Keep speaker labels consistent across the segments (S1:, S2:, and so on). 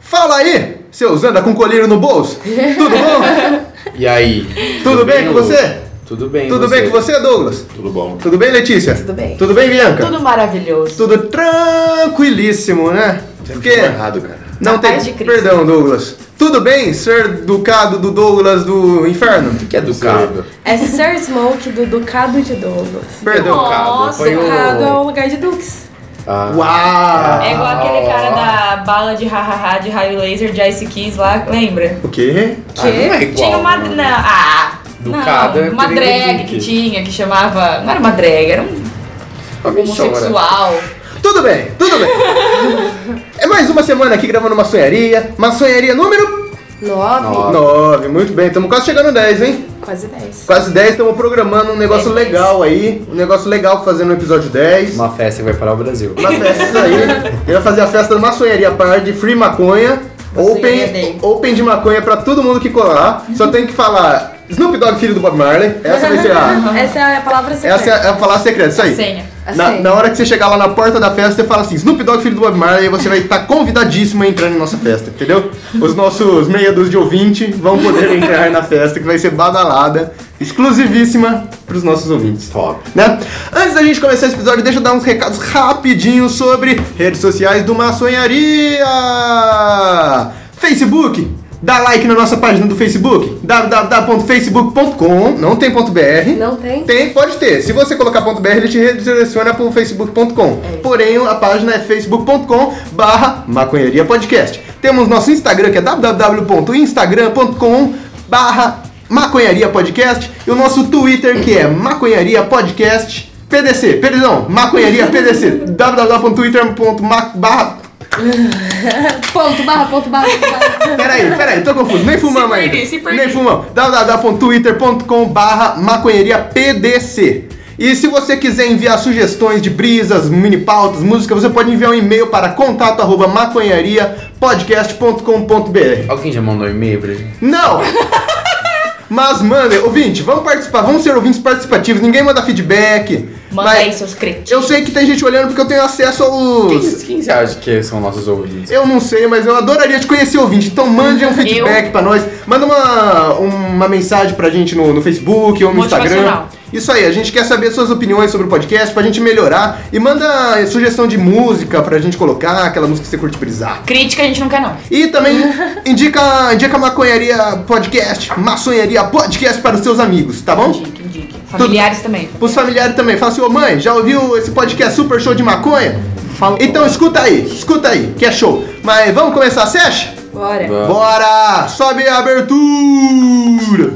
S1: Fala aí, seu Zanda com colírio no bolso. Tudo bom?
S2: E aí?
S1: Tudo bem com
S2: Lu?
S1: você?
S2: Tudo bem.
S1: Tudo bem com você, Douglas?
S2: Tudo bom.
S1: Tudo bem, Letícia?
S3: Tudo bem.
S1: Tudo bem, Bianca?
S3: Tudo maravilhoso.
S1: Tudo tranquilíssimo, né?
S2: Sempre ficou errado, cara.
S1: Não
S3: Na
S1: tem.
S3: paz de Cristo.
S1: Perdão, Douglas. Tudo bem, ser Ducado do Douglas do Inferno?
S2: O que é educado?
S4: É Sir Smoke do Ducado de Douglas.
S1: Perdão.
S2: Nossa,
S4: Nossa,
S2: foi o-
S4: Ducado é um lugar de Dukes.
S2: Ah,
S1: Uau!
S4: É igual aquele cara da bala de hahaha de raio laser de Ice Keys lá, lembra?
S1: O quê?
S2: Ah, não é igual,
S4: tinha uma.
S2: né?
S4: Não, ah!
S2: Ducado é
S4: não, uma
S2: aquele
S4: drag
S2: Duke.
S4: que tinha, que chamava. Não era uma drag, era um
S2: Alguém chora.
S4: homossexual.
S1: Tudo bem, tudo bem. é mais uma semana aqui gravando uma sonharia. Uma sonharia número
S3: Nove.
S2: Nove.
S1: 9. Muito bem, estamos quase chegando no 10, hein?
S4: Quase 10.
S1: Quase 10, estamos programando um negócio
S4: Dez.
S1: legal aí. Um negócio legal pra fazer no episódio 10. Uma
S2: Uma festa que vai parar o Brasil.
S1: festa aí. Eu ia fazer a festa numa sonharia party, free maconha.
S3: Maçonharia
S1: Open,
S3: Day.
S1: open de maconha pra todo mundo que colar. Só tem que falar Snoop Dogg, filho do Bob Marley. Essa vai ser a.
S4: Essa é a palavra
S1: Essa é a, é a palavra secreta, isso
S4: A
S1: aí.
S4: senha.
S3: A
S1: Na,
S3: senha.
S1: na hora que você chegar lá na porta da festa, você fala assim, Snoop Dogg, filho do Bob Marley, e você vai estar convidadíssimo a entrar em nossa festa, entendeu? Os nossos meia dúzia de ouvinte vão poder entrar na festa, que vai ser badalada, exclusivíssima pros nossos ouvintes.
S2: Top.
S1: Né? Antes da gente começar esse episódio, deixa eu dar uns recados rapidinho sobre redes sociais do Maçonharia. Facebook, dá like na nossa página do Facebook, www.facebook.com, não tem ponto .br.
S3: Não tem?
S1: Tem, pode ter. Se você colocar .br, ele te redireciona para o facebook.com. Porém, a página é facebook.com barra maconharia podcast. Temos nosso Instagram, que é www.instagram.com barra maconharia podcast. E o nosso Twitter, que é maconharia podcast PDC. Perdão, maconharia PDC. www.twitter.ma barra...
S3: Ponto, barra, ponto, barra, ponto, barra.
S1: Peraí, peraí, tô confuso. Nem fumamos
S4: perdi,
S1: ainda.
S4: se perdi.
S1: Nem fumamos. www.twitter.com barra maconheria PDC. E se você quiser enviar sugestões de brisas, mini pautas, música, você pode enviar um e-mail para contato arroba maconhariapodcast.com.br.
S2: Alguém já mandou e-mail pra gente?
S1: Não! Mas, mano, ouvinte, vamos participar, vamos ser ouvintes participativos, ninguém manda feedback.
S4: Manda
S1: Mas
S4: aí seus cretinos.
S1: Eu sei que tem gente olhando porque eu tenho acesso aos.
S2: Quem, quem você acha que são nossos ouvintes?
S1: Eu não sei, mas eu adoraria te conhecer, ouvinte. Então mande um feedback pra nós. Manda uma, uma mensagem pra gente no, no Facebook ou no Instagram.
S4: Motivacional.
S1: Isso aí, a gente quer saber suas opiniões sobre o podcast pra gente melhorar. E manda eh, sugestão de música pra gente colocar, aquela música que você curte brisar.
S4: Crítica a gente não quer, não.
S1: E também indica, indica maconharia podcast, maçonharia podcast para os seus amigos, tá bom?
S4: Indique, indique. Familiares também.
S1: Pros familiares também. Fala assim, ô mãe, já ouviu esse podcast super show de maconha?
S4: Fala.
S1: Então escuta aí, escuta aí, que é show. Mas vamos começar a session? É,
S3: Bora.
S2: Vamos.
S1: Bora! Sobe a abertura!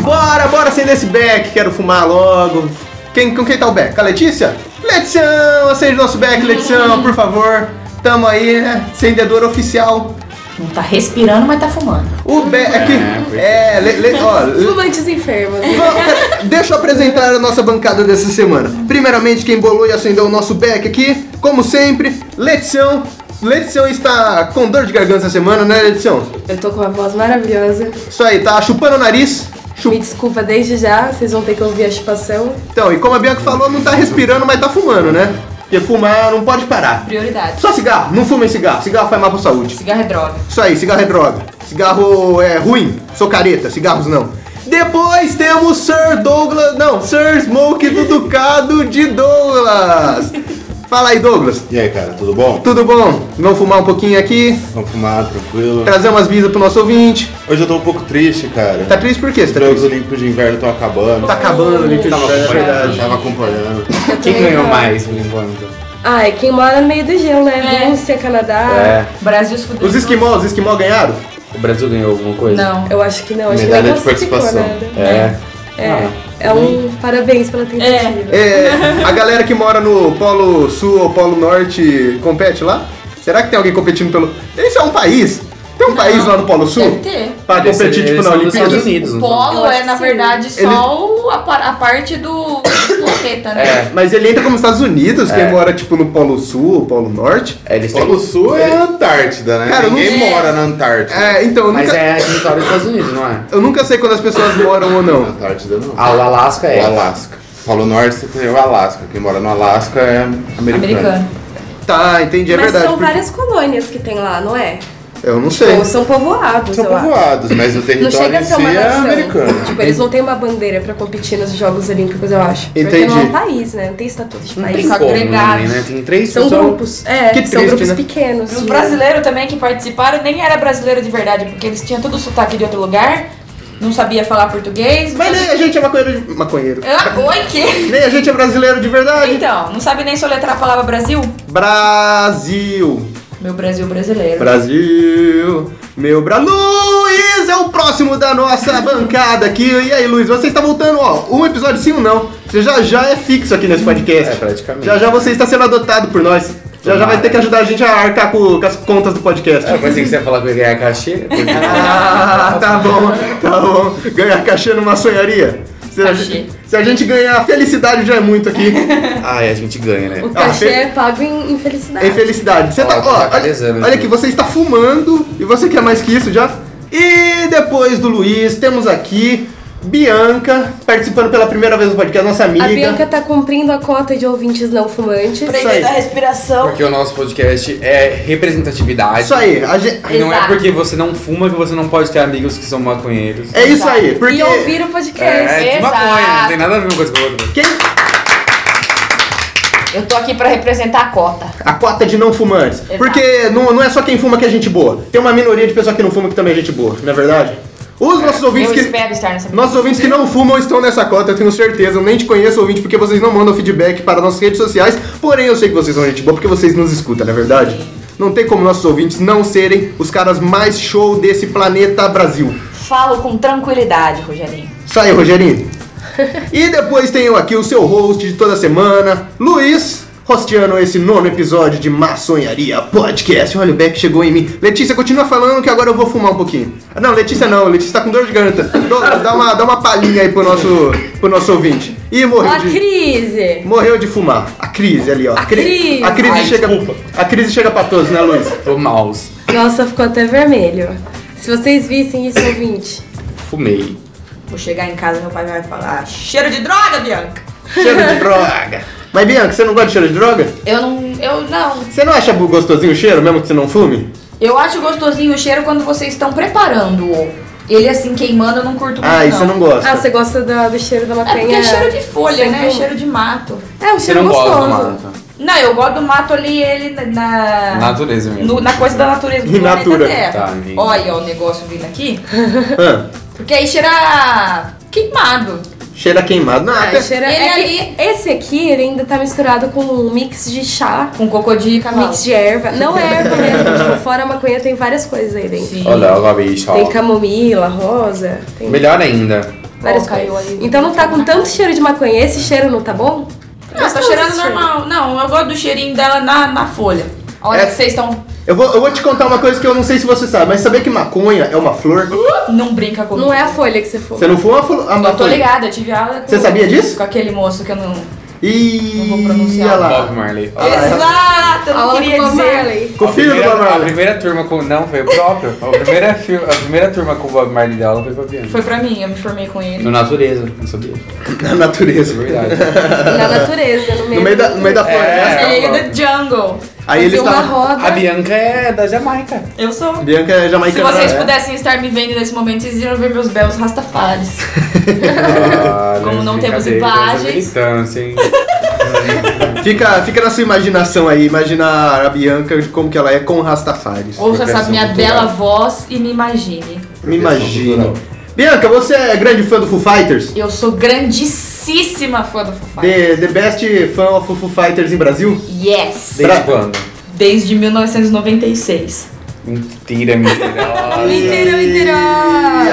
S1: Bora, bora acender esse beck, quero fumar logo. Quem, com quem tá o beck? Com a Letícia? Letição, acende nosso beck, Letição, por favor. Tamo aí, né? Acendedor oficial.
S4: Não tá respirando, mas tá fumando.
S1: O beck.
S2: É,
S1: É, le, le- ó, le-
S3: Fumantes enfermos.
S1: Vamos, pera- Deixa eu apresentar a nossa bancada dessa semana. Primeiramente, quem bolou e acendeu o nosso beck aqui, como sempre, Letição. Letição está com dor de garganta essa semana, né, Letição?
S3: Eu tô com uma voz maravilhosa.
S1: Isso aí, tá chupando o nariz.
S3: Me
S1: Chup...
S3: desculpa desde já, vocês vão ter que ouvir a chupação.
S1: Então, e como a Bianca falou, não tá respirando, mas tá fumando, né? Porque fumar não pode parar.
S4: Prioridade.
S1: Só cigarro, não fumem cigarro. Cigarro faz mal pra saúde.
S4: Cigarro é droga.
S1: Isso aí, cigarro é droga. Cigarro é ruim. Sou careta, cigarros não. Depois temos Sir Douglas. Não, Sir Smoke do Ducado de Douglas. Fala aí, Douglas.
S2: E aí, cara, tudo bom?
S1: Tudo bom? Vamos fumar um pouquinho aqui,
S5: Vamos fumar, tranquilo.
S1: trazer umas visas pro nosso ouvinte.
S5: Hoje eu tô um pouco triste, cara.
S1: Tá triste por quê? Você
S5: Os
S1: tá
S5: Jogos
S1: triste?
S5: Olímpicos de Inverno estão acabando.
S1: Tá acabando ali,
S2: Tava
S1: é verdade.
S2: acompanhando.
S5: Tava acompanhando.
S3: Eu
S2: Quem
S3: também
S2: ganhou
S1: né?
S3: tô-
S2: mais por enquanto?
S3: Ah, é quem mora no meio do gelo, né?
S4: É.
S3: Rússia, Canadá.
S2: É.
S4: Brasil se fudeu.
S1: Os esquimós, os esquimós ganharam?
S2: O Brasil ganhou alguma coisa?
S4: Não.
S3: Eu acho que não, acho
S5: Medalha
S3: que
S5: de
S3: não classificou
S5: participação.
S3: nada.
S2: É. É.
S3: É um parabéns pela tentativa.
S1: É, a galera que mora no Polo Sul ou Polo Norte compete lá? Será que tem alguém competindo pelo. Isso é um país? Tem um país lá no Polo Sul?
S4: Deve ter.
S1: Pra
S2: Eles-
S1: competir, tipo,
S2: eles
S1: na
S2: são dos
S1: Olimpíada?
S2: Estados Unidos,
S4: O
S2: não são?
S3: Eu
S4: polo
S3: acho
S4: é,
S3: que
S4: na
S3: sim.
S4: verdade, só o- a, par- a parte do do planeta, né?
S2: É,
S1: Mas ele entra como Estados Unidos, quem
S2: É.
S1: mora, tipo, no Polo Sul ou Polo Norte.
S2: eles têm.
S5: Polo Sul é a Antártida, né?
S1: Cara, eu não
S5: Ninguém
S4: sei.
S5: mora na Antártida.
S1: É, então, eu
S2: Mas
S1: nunca,
S2: é território dos Estados Unidos, não é?
S1: eu nunca sei quando as pessoas moram ou
S5: Na
S1: não.
S5: Antártida não.
S2: Ah, o Alasca é.
S5: O Alasca. Polo Norte você tem o Alasca. Quem mora no Alasca é americano.
S4: Americano.
S1: Tá, entendi, é
S3: Mas
S1: verdade.
S3: são
S1: porque-
S3: várias colônias que tem lá, não é?
S1: Eu não sei.
S3: Ou são povoados,
S5: São
S3: eu acho.
S5: povoados, mas o
S3: Não
S5: território
S3: chega a
S5: em
S3: ser
S5: si
S3: uma
S5: é
S3: nação.
S5: americano.
S3: Tipo, eles não têm uma bandeira pra competir nos Jogos Olímpicos, eu acho. Porque
S1: Entendi.
S3: não é um país, né? Não tem estatuto de
S2: Não
S3: país.
S2: tem
S4: São
S2: como,
S4: agregados.
S2: né? Tem três
S3: São
S6: Então,
S2: pessoas.
S3: grupos. É,
S1: Que
S3: são
S1: triste,
S3: grupos
S1: né?
S3: pequenos.
S4: Os
S3: E-
S4: brasileiros também que participaram nem era brasileiro de verdade, porque eles tinham todo o sotaque de outro lugar, não sabia falar português. não
S1: Mas
S4: sabia-
S1: nem a gente é maconheiro de... Maconheiro.
S4: Ah, oi, que?
S1: Nem a gente é brasileiro de verdade.
S4: Então, não sabe nem soletrar a palavra Brasil?
S3: Então-
S1: Brasil.
S4: Meu Brasil brasileiro.
S1: Brasil, meu Bra... Luiz é o próximo da nossa bancada aqui. E aí, Luiz, você está voltando, ó, um episódio sim ou não. Você já já é fixo aqui nesse podcast.
S2: É, praticamente.
S1: Já já você está sendo adotado por nós. Já já vai ter que ajudar a gente a arcar com, com as contas do podcast.
S2: Eu pensei É, que você ia falar que eu ia ganhar cachê. porque-
S1: Ah, tá bom, tá bom. Ganhar cachê numa sonharia. Se a,
S4: Cachê.
S1: gente, se a gente ganhar felicidade já é muito aqui.
S2: Ai, a gente ganha, né?
S3: O cachê
S1: Ah, fe-
S3: é pago em, em felicidade.
S1: É felicidade. Você tá,
S2: Ó,
S1: ó,
S2: tá
S1: olha,
S2: catalisando
S1: olha
S2: aqui.
S1: que você está fumando e você quer mais que isso já. E depois do Luiz, temos aqui Bianca participando pela primeira vez do podcast, nossa amiga.
S3: A Bianca tá cumprindo a cota de ouvintes não fumantes.
S1: né? Isso aí.
S4: Prender da respiração.
S2: Porque o nosso podcast é representatividade.
S1: Isso aí, a gente-
S2: E não é
S4: Exato.
S2: porque você não fuma que você não pode ter amigos que são maconheiros.
S1: é isso aí, porque
S3: E ouvir o podcast.
S2: é de
S4: exato.
S2: maconha, não tem nada a ver uma coisa com a outra.
S1: quem
S4: Eu tô aqui pra representar a cota.
S1: a cota de não fumantes, porque não, não é só quem fuma que é gente boa. Tem uma minoria de pessoa que não fuma que também é gente boa, não é verdade? Os nossos ouvintes
S4: Eu
S1: que
S4: espero estar nessa
S1: Nossos ouvintes que não fumam estão nessa cota, eu tenho certeza. Eu nem te conheço, ouvinte, porque vocês não mandam feedback para nossas redes sociais. Porém, eu sei que vocês são gente boa, porque vocês nos escutam, não é verdade? Não tem como nossos ouvintes não serem os caras mais show desse planeta Brasil.
S4: Falo com tranquilidade, Rogerinho.
S1: Isso aí, Rogerinho. e depois tenho aqui o seu host de toda semana, Luiz. Hosteando esse nono episódio de Maçonharia Podcast. Olha, o Beck chegou em mim. Letícia, continua falando que agora eu vou fumar um pouquinho. Ah, Não, Letícia não. Letícia tá com dor de garganta. Dô- Dá uma, dá uma palhinha aí pro nosso, pro nosso ouvinte. Ih, morreu
S3: Ó, a
S1: de...
S3: crise.
S1: Morreu de fumar. A crise ali, ó. A,
S3: crise.
S1: A crise,
S2: Ai,
S1: chega,
S2: desculpa.
S1: a crise chega pra todos, né, Luiz?
S2: Tô mouse.
S3: Nossa, ficou até vermelho. Se vocês vissem isso, ouvinte.
S2: Fumei.
S4: Vou chegar em casa, meu pai vai falar: "Ah, cheiro de droga, Bianca!
S1: Cheiro de droga. Mas, Bianca, você não gosta de cheiro de droga?
S4: Eu não. Eu não.
S1: Você não acha gostosinho o cheiro, mesmo que você não fume?
S4: Eu acho gostosinho o cheiro quando vocês estão preparando o ovo. Ele assim queimando, eu não curto muito.
S1: Ah, isso eu não gosto.
S3: Ah, você gosta do, do cheiro da
S4: É
S3: maconha?
S4: porque é cheiro de folha,
S3: Sem
S4: né? É
S3: fumo.
S4: cheiro de mato.
S3: É, um
S2: Você
S3: cheiro
S2: não
S3: gostoso.
S2: gosta do mato.
S4: Não, eu gosto do mato ali, ele na. na-
S2: Natureza mesmo.
S4: É. no- na coisa da natureza, do
S1: In
S4: planeta
S1: natura.
S4: Terra.
S2: Tá, entendi.
S4: Olha, ó, o negócio vindo aqui.
S1: Ah,
S4: Porque aí cheira queimado.
S1: cheira queimado. Não,
S3: Ah,
S1: até-
S3: cheiro...
S4: Ele
S3: é que
S4: ali-
S3: Esse aqui, ele ainda tá misturado com um mix de chá, um
S4: Com cocô de cavalo.
S3: mix de erva. Não é erva mesmo, tipo, fora a maconha tem várias coisas aí dentro.
S4: Sim.
S2: Olha, olha a bicha. ó.
S3: Tem camomila, rosa, tem
S2: Melhor ainda.
S3: várias
S4: Ó, caiu
S3: coisas.
S4: aí.
S3: Então não tá com tanto cheiro de maconha. Esse cheiro não tá bom?
S4: Não, tá
S3: Gostoso
S4: cheirando
S3: esse
S4: normal. Não, eu gosto do cheirinho dela na, na folha. A hora
S1: É.
S4: que vocês estão.
S1: Eu, vou, eu vou te contar uma coisa que eu não sei se você sabe, mas saber que maconha é uma flor?
S4: Não brinca comigo.
S3: Não é a folha que você for.
S1: Você não fuma a, flor, a maconha?
S4: Uh! Eu tô ligada, eu tive aula com,
S1: Você sabia disso?
S4: com aquele moço que eu não.
S1: Ih,
S4: Não vou pronunciar.
S1: olha
S2: Bob
S1: lá.
S2: Marley.
S1: Ah, é.
S4: Exato, eu não
S3: Aula
S4: queria
S3: com Bob
S4: dizer.
S3: Marley.
S1: Com é o filho do
S2: primeira-
S1: Bob
S2: A
S1: Marley.
S2: primeira turma com. Não, foi o próprio. A primeira, fi- a primeira turma com o Bob Marley dela foi com a Bianca.
S4: Foi pra mim, eu me formei com ele.
S2: No Natureza, não sabia?
S1: Na
S2: É
S1: natureza.
S2: verdade.
S3: Na natureza, no meio.
S1: No meio da, no meio da né? floresta.
S4: É ele do Jungle.
S1: Aí eles
S3: uma
S1: estavam...
S3: roda.
S2: A Bianca é da Jamaica.
S4: Eu sou.
S1: Bianca é
S4: Se
S1: jamaicana.
S4: vocês
S1: né?
S4: pudessem estar me vendo nesse momento, vocês iriam ver meus belos rastafares.
S1: Ah, né,
S4: Como não temos imagens.
S1: Fica, fica na sua imaginação aí, imaginar a Bianca como que ela é com Rastafares.
S4: Ouça essa
S2: Apropriação
S4: minha
S2: cultural.
S4: bela voz e me imagine.
S1: Me imagino. Bianca, você é grande fã do Foo Fighters?
S4: Eu sou grandíssima fã do Foo Fighters.
S1: The, the best fan of Foo Fighters em Brasil?
S4: Yes!
S2: Desde
S1: Pra-
S2: quando?
S4: Desde 1996.
S6: Mentira, mentirosa.
S1: é
S4: Mentira, mentira!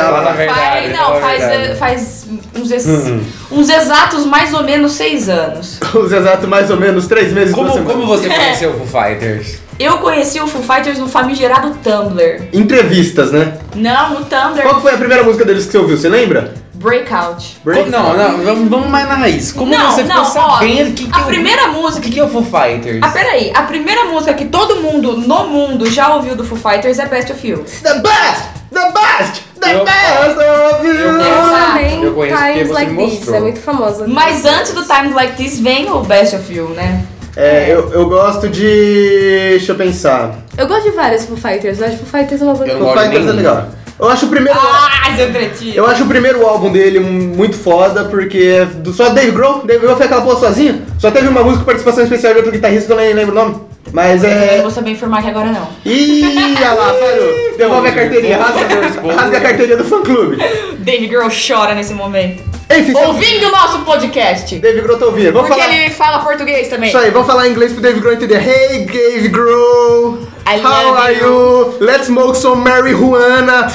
S6: Fala a verdade,
S4: Faz,
S6: fala
S4: não,
S6: a verdade.
S4: faz, faz uns, ex-
S1: Uhum.
S4: uns exatos mais ou menos seis anos.
S1: Os exatos mais ou menos três meses duas
S6: Como,
S1: semanas.
S6: como você conheceu o Foo Fighters?
S4: Eu conheci o Foo Fighters no famigerado Tumblr.
S1: Entrevistas, né?
S4: Não, no Tumblr.
S1: Qual que foi a primeira música deles que você ouviu? Você lembra?
S4: Breakout.
S1: Break-
S6: Como- não, não, vamos- vamos mais na raiz. Como
S4: não,
S6: você ficou
S4: não, ó,
S6: sabendo que, que
S4: a
S6: é o-
S4: primeira música.
S6: o que, que é o Foo Fighters?
S4: Ah, peraí. A primeira música que todo mundo no mundo já ouviu do Foo Fighters é Best of You.
S1: It's The best! The best! The
S6: Eu-
S1: best of
S6: eu-
S1: you!
S3: Eu
S4: Exato.
S3: também,
S6: Eu conheço porque
S3: Times
S6: você
S3: Like
S6: me
S3: This,
S6: mostrou.
S3: é muito famosa.
S4: Mas antes do Times Like This vem o Best of You, né?
S1: É, eu, eu gosto de. Deixa eu pensar.
S3: Eu gosto de várias Foo Fighters, eu acho Foo Fighters uma banda
S6: Eu
S1: Foo
S6: gosto de
S1: Fighters é
S6: nenhum.
S1: legal. Eu acho o primeiro.
S4: Ah, Zé Pretinho.
S1: Eu acho o primeiro álbum dele muito foda, porque é do- só Dave Grohl, Dave Grohl foi aquela porra sozinho, só teve uma música com participação especial de outro guitarrista que eu nem lembro o nome. Mas
S4: Eu não
S1: é.
S4: vou saber informar aqui agora, não.
S1: Ih, olha lá, parou. Devolve a carteirinha, rasga, rasga a carteirinha do fã clube.
S4: Dave Girl chora nesse momento.
S1: Enfim, se-
S4: Ouvindo o nosso podcast.
S1: Dave Grohl tá ouvindo. Vamos
S4: Porque
S1: falar.
S4: ele fala português
S6: É.
S4: também.
S1: Isso aí, vamos falar em inglês pro Dave Grohl entender. Hey, Dave Grohl!
S4: I
S1: How
S4: love
S1: are you? Let's smoke some marijuana!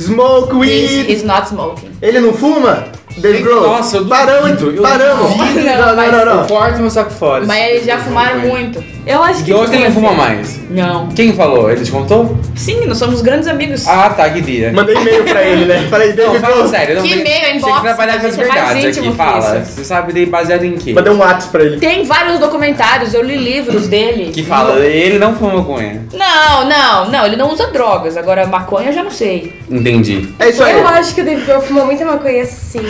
S1: Smoke
S4: This
S1: weed!
S4: is not smoking.
S1: Ele não fuma? Dave Grohl?
S6: Nossa, eu duvido,
S1: Paramos,
S6: eu
S1: paramos!
S6: duvido.
S1: Não, não, não, não.
S6: Corta meu saco fora.
S4: Mas eles já fumaram muito.
S3: Eu acho que.
S6: E hoje ele não
S3: assim,
S6: fuma mais.
S4: Não.
S6: Quem falou? Ele te contou?
S4: Sim, nós somos grandes amigos.
S6: Ah, tá, Guidia.
S1: Mandei e-mail pra ele, né? Falei,
S6: Não,
S1: Dave
S6: fala
S1: Grohl.
S6: sério. Não,
S4: Que
S6: tem-
S4: e-mail,
S6: Tem
S4: inbox,
S6: que trabalhar com as
S4: você é mais
S6: verdades
S4: íntimo
S6: aqui.
S4: que
S6: Fala.
S4: isso.
S6: Você sabe daí baseado em quê?
S1: Mandei um WhatsApp pra ele.
S4: Tem vários documentários, eu li livros dele.
S6: Que fala, ele não fuma maconha.
S4: Não, não, não, ele não usa drogas. Agora, maconha eu já não sei.
S6: Entendi.
S1: É isso aí.
S3: Eu acho que o David Grohl fumou muita maconha sim.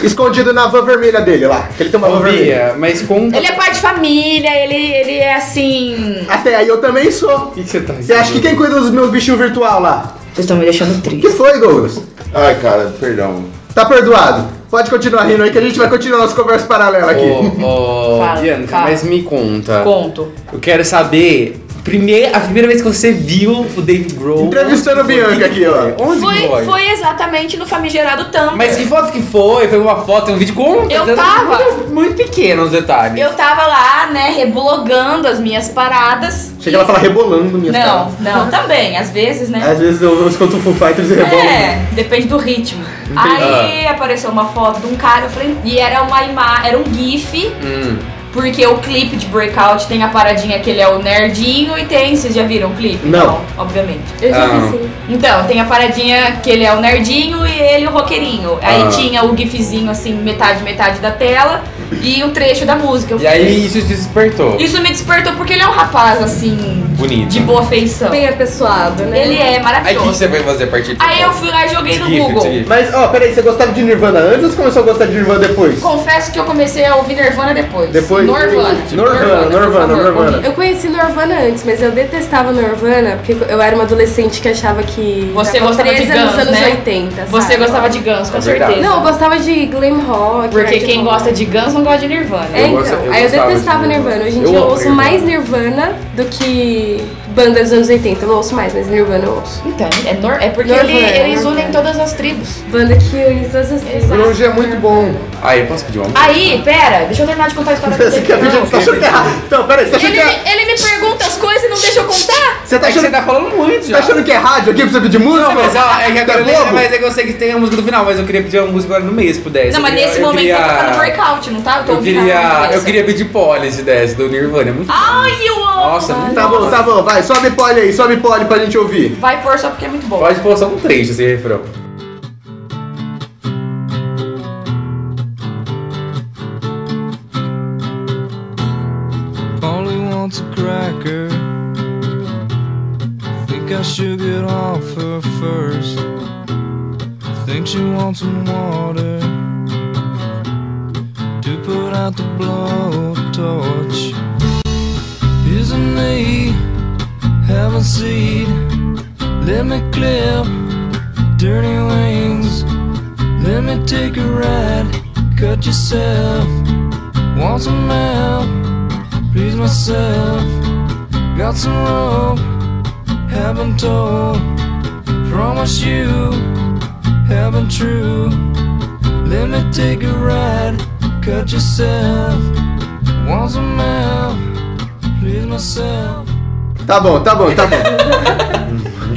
S1: Escondido na van vermelha dele lá. Que ele tem uma van
S6: Ô,
S1: vermelha.
S6: Bia, mas conta.
S4: Ele é pai de família, ele, ele é assim.
S1: Até aí eu também sou.
S6: O que que você tá
S1: Você acha que
S6: rindo?
S1: quem cuida dos meus bichinhos virtual lá?
S4: Vocês estão me deixando
S1: O que
S4: triste.
S1: foi, Douglas?
S5: Ai, cara, perdão.
S1: Tá perdoado. Pode continuar rindo aí que a gente vai continuar nossa conversa paralela aqui.
S6: Ô, ô,
S4: Fala,
S6: Bianca,
S4: fala.
S6: mas me conta.
S4: Conto.
S6: Eu quero saber, primeir, a primeira vez que você viu o Dave Grohl.
S1: Entrevistando
S6: onde que foi?
S1: Bianca aqui, ó.
S6: Onde que
S4: Foi,
S6: foi?
S4: foi exatamente no famigerado Tumblr.
S6: Mas que foto que foi? Foi uma foto, um vídeo conta.
S4: Eu
S6: tanto-
S4: tava.
S6: Muito pequeno os detalhes.
S4: Eu tava lá, né, reblogando as minhas paradas.
S1: Chega lá e fala rebolando minha
S4: Não, não, também, às vezes,
S6: É.
S4: né?
S1: Às vezes eu, eu escuto Foo Fighters e rebolo.
S4: É, depende do ritmo.
S6: Ah.
S4: Aí apareceu uma foto de um cara, eu falei, e era uma imagem, era um GIF,
S6: Hum.
S4: porque o clipe de Breakout tem a paradinha que ele é o nerdinho e tem, vocês já viram o clipe? Então,
S1: Não.
S4: obviamente.
S3: Eu já
S6: Ah.
S3: vi sim.
S4: Então, tem a paradinha que ele é o nerdinho e ele o roqueirinho. Aí
S6: Ah.
S4: tinha o gifzinho assim, metade, metade da tela e o trecho da música. Eu
S6: E
S4: falei,
S6: aí isso te despertou.
S4: Isso me despertou porque ele é um rapaz assim,
S6: Bonito.
S4: de boa feição.
S3: Bem apessoado, né?
S4: Ele é
S6: Aí o que que
S4: maravilhoso.
S6: você foi fazer a partir de
S4: Aí eu fui lá e joguei no
S6: Seguir,
S4: Google.
S6: seguir.
S1: Mas, ó, peraí, você gostava de Nirvana antes ou você começou a gostar de Nirvana depois?
S4: Confesso que eu comecei a ouvir Nirvana depois.
S1: Depois?
S4: Norvana.
S1: Norvana, Norvana,
S4: por favor,
S1: Norvana.
S4: ouvi.
S3: Eu conheci Norvana antes, mas eu detestava Norvana porque eu era uma adolescente que achava que.
S4: Você
S3: tava
S4: gostava de
S3: presa
S4: Guns,
S3: nos anos
S4: né?
S3: 80.
S4: Você
S3: sabe?
S4: gostava de Guns, com
S6: É verdade.
S4: certeza.
S3: Não, eu gostava de glam rock.
S4: Porque
S3: hard
S4: quem
S3: rock.
S4: gosta de Guns não gosta de Nirvana.
S3: É,
S6: Eu
S3: então.
S6: gosto- eu
S3: aí eu
S6: gostava de
S3: detestava
S6: Nirvana.
S3: Nirvana. Hoje em
S6: Eu
S3: dia eu
S6: amo
S3: ouço
S6: Nirvana.
S3: mais Nirvana do que banda dos anos 80. Eu não ouço mais, mas Nirvana eu ouço.
S4: Então, é, nor- é porque
S3: Norvana,
S4: ele- eles
S3: Norvana.
S4: unem todas as tribos.
S3: Banda que une todas as três.
S1: Grunge é muito bom.
S6: Aí eu posso pedir um
S1: Tá
S6: uma
S4: Aí, pera, deixa eu terminar de contar a história do
S1: Você quer pedir,
S4: Pedro.
S1: você tá achando que é errado. Então, peraí, você tá achando
S4: Ele
S1: que é...
S4: me, ele me pergunta as coisas e não deixa eu contar?
S1: Você tá
S6: É que
S1: achando,
S6: você tá falando muito
S1: você
S6: já.
S1: tá achando que é rádio aqui pra você pedir música?
S6: Não, mas ó, é que agora
S1: Tá
S6: eu lembro,
S1: bobo?
S6: mas é que eu sei que tem a música do final, mas eu queria pedir uma música agora no mês, se pudesse.
S4: Não, mas
S6: Eu queria-
S4: nesse
S6: eu
S4: momento
S6: queria-
S4: eu vou tá no breakout, não tá? tô
S6: Eu
S4: ouvindo na minha
S6: queria, eu
S4: cabeça.
S6: queria pedir Police dessa, do Nirvana. é Muito...
S4: Ai, eu amo!
S6: Nossa, muito
S1: Tá bom, tá bom, vai, sobe pole aí, sobe pole pra gente ouvir.
S4: Vai pôr só porque é muito bom.
S6: Pode pôr só um trecho esse refrão.
S7: All he wants a cracker. Think I should get off her first. Think she wants some water to put out the blowtorch. Isn't me? Have a seat. Let me clip dirty wings. Let me take a ride. Cut yourself. Want some help? please myself. Got some rope, haven't told. Promise you, haven't true. Let me take a ride, cut yourself. Want some help, please myself.
S1: Tá bom, tá bom, tá bom.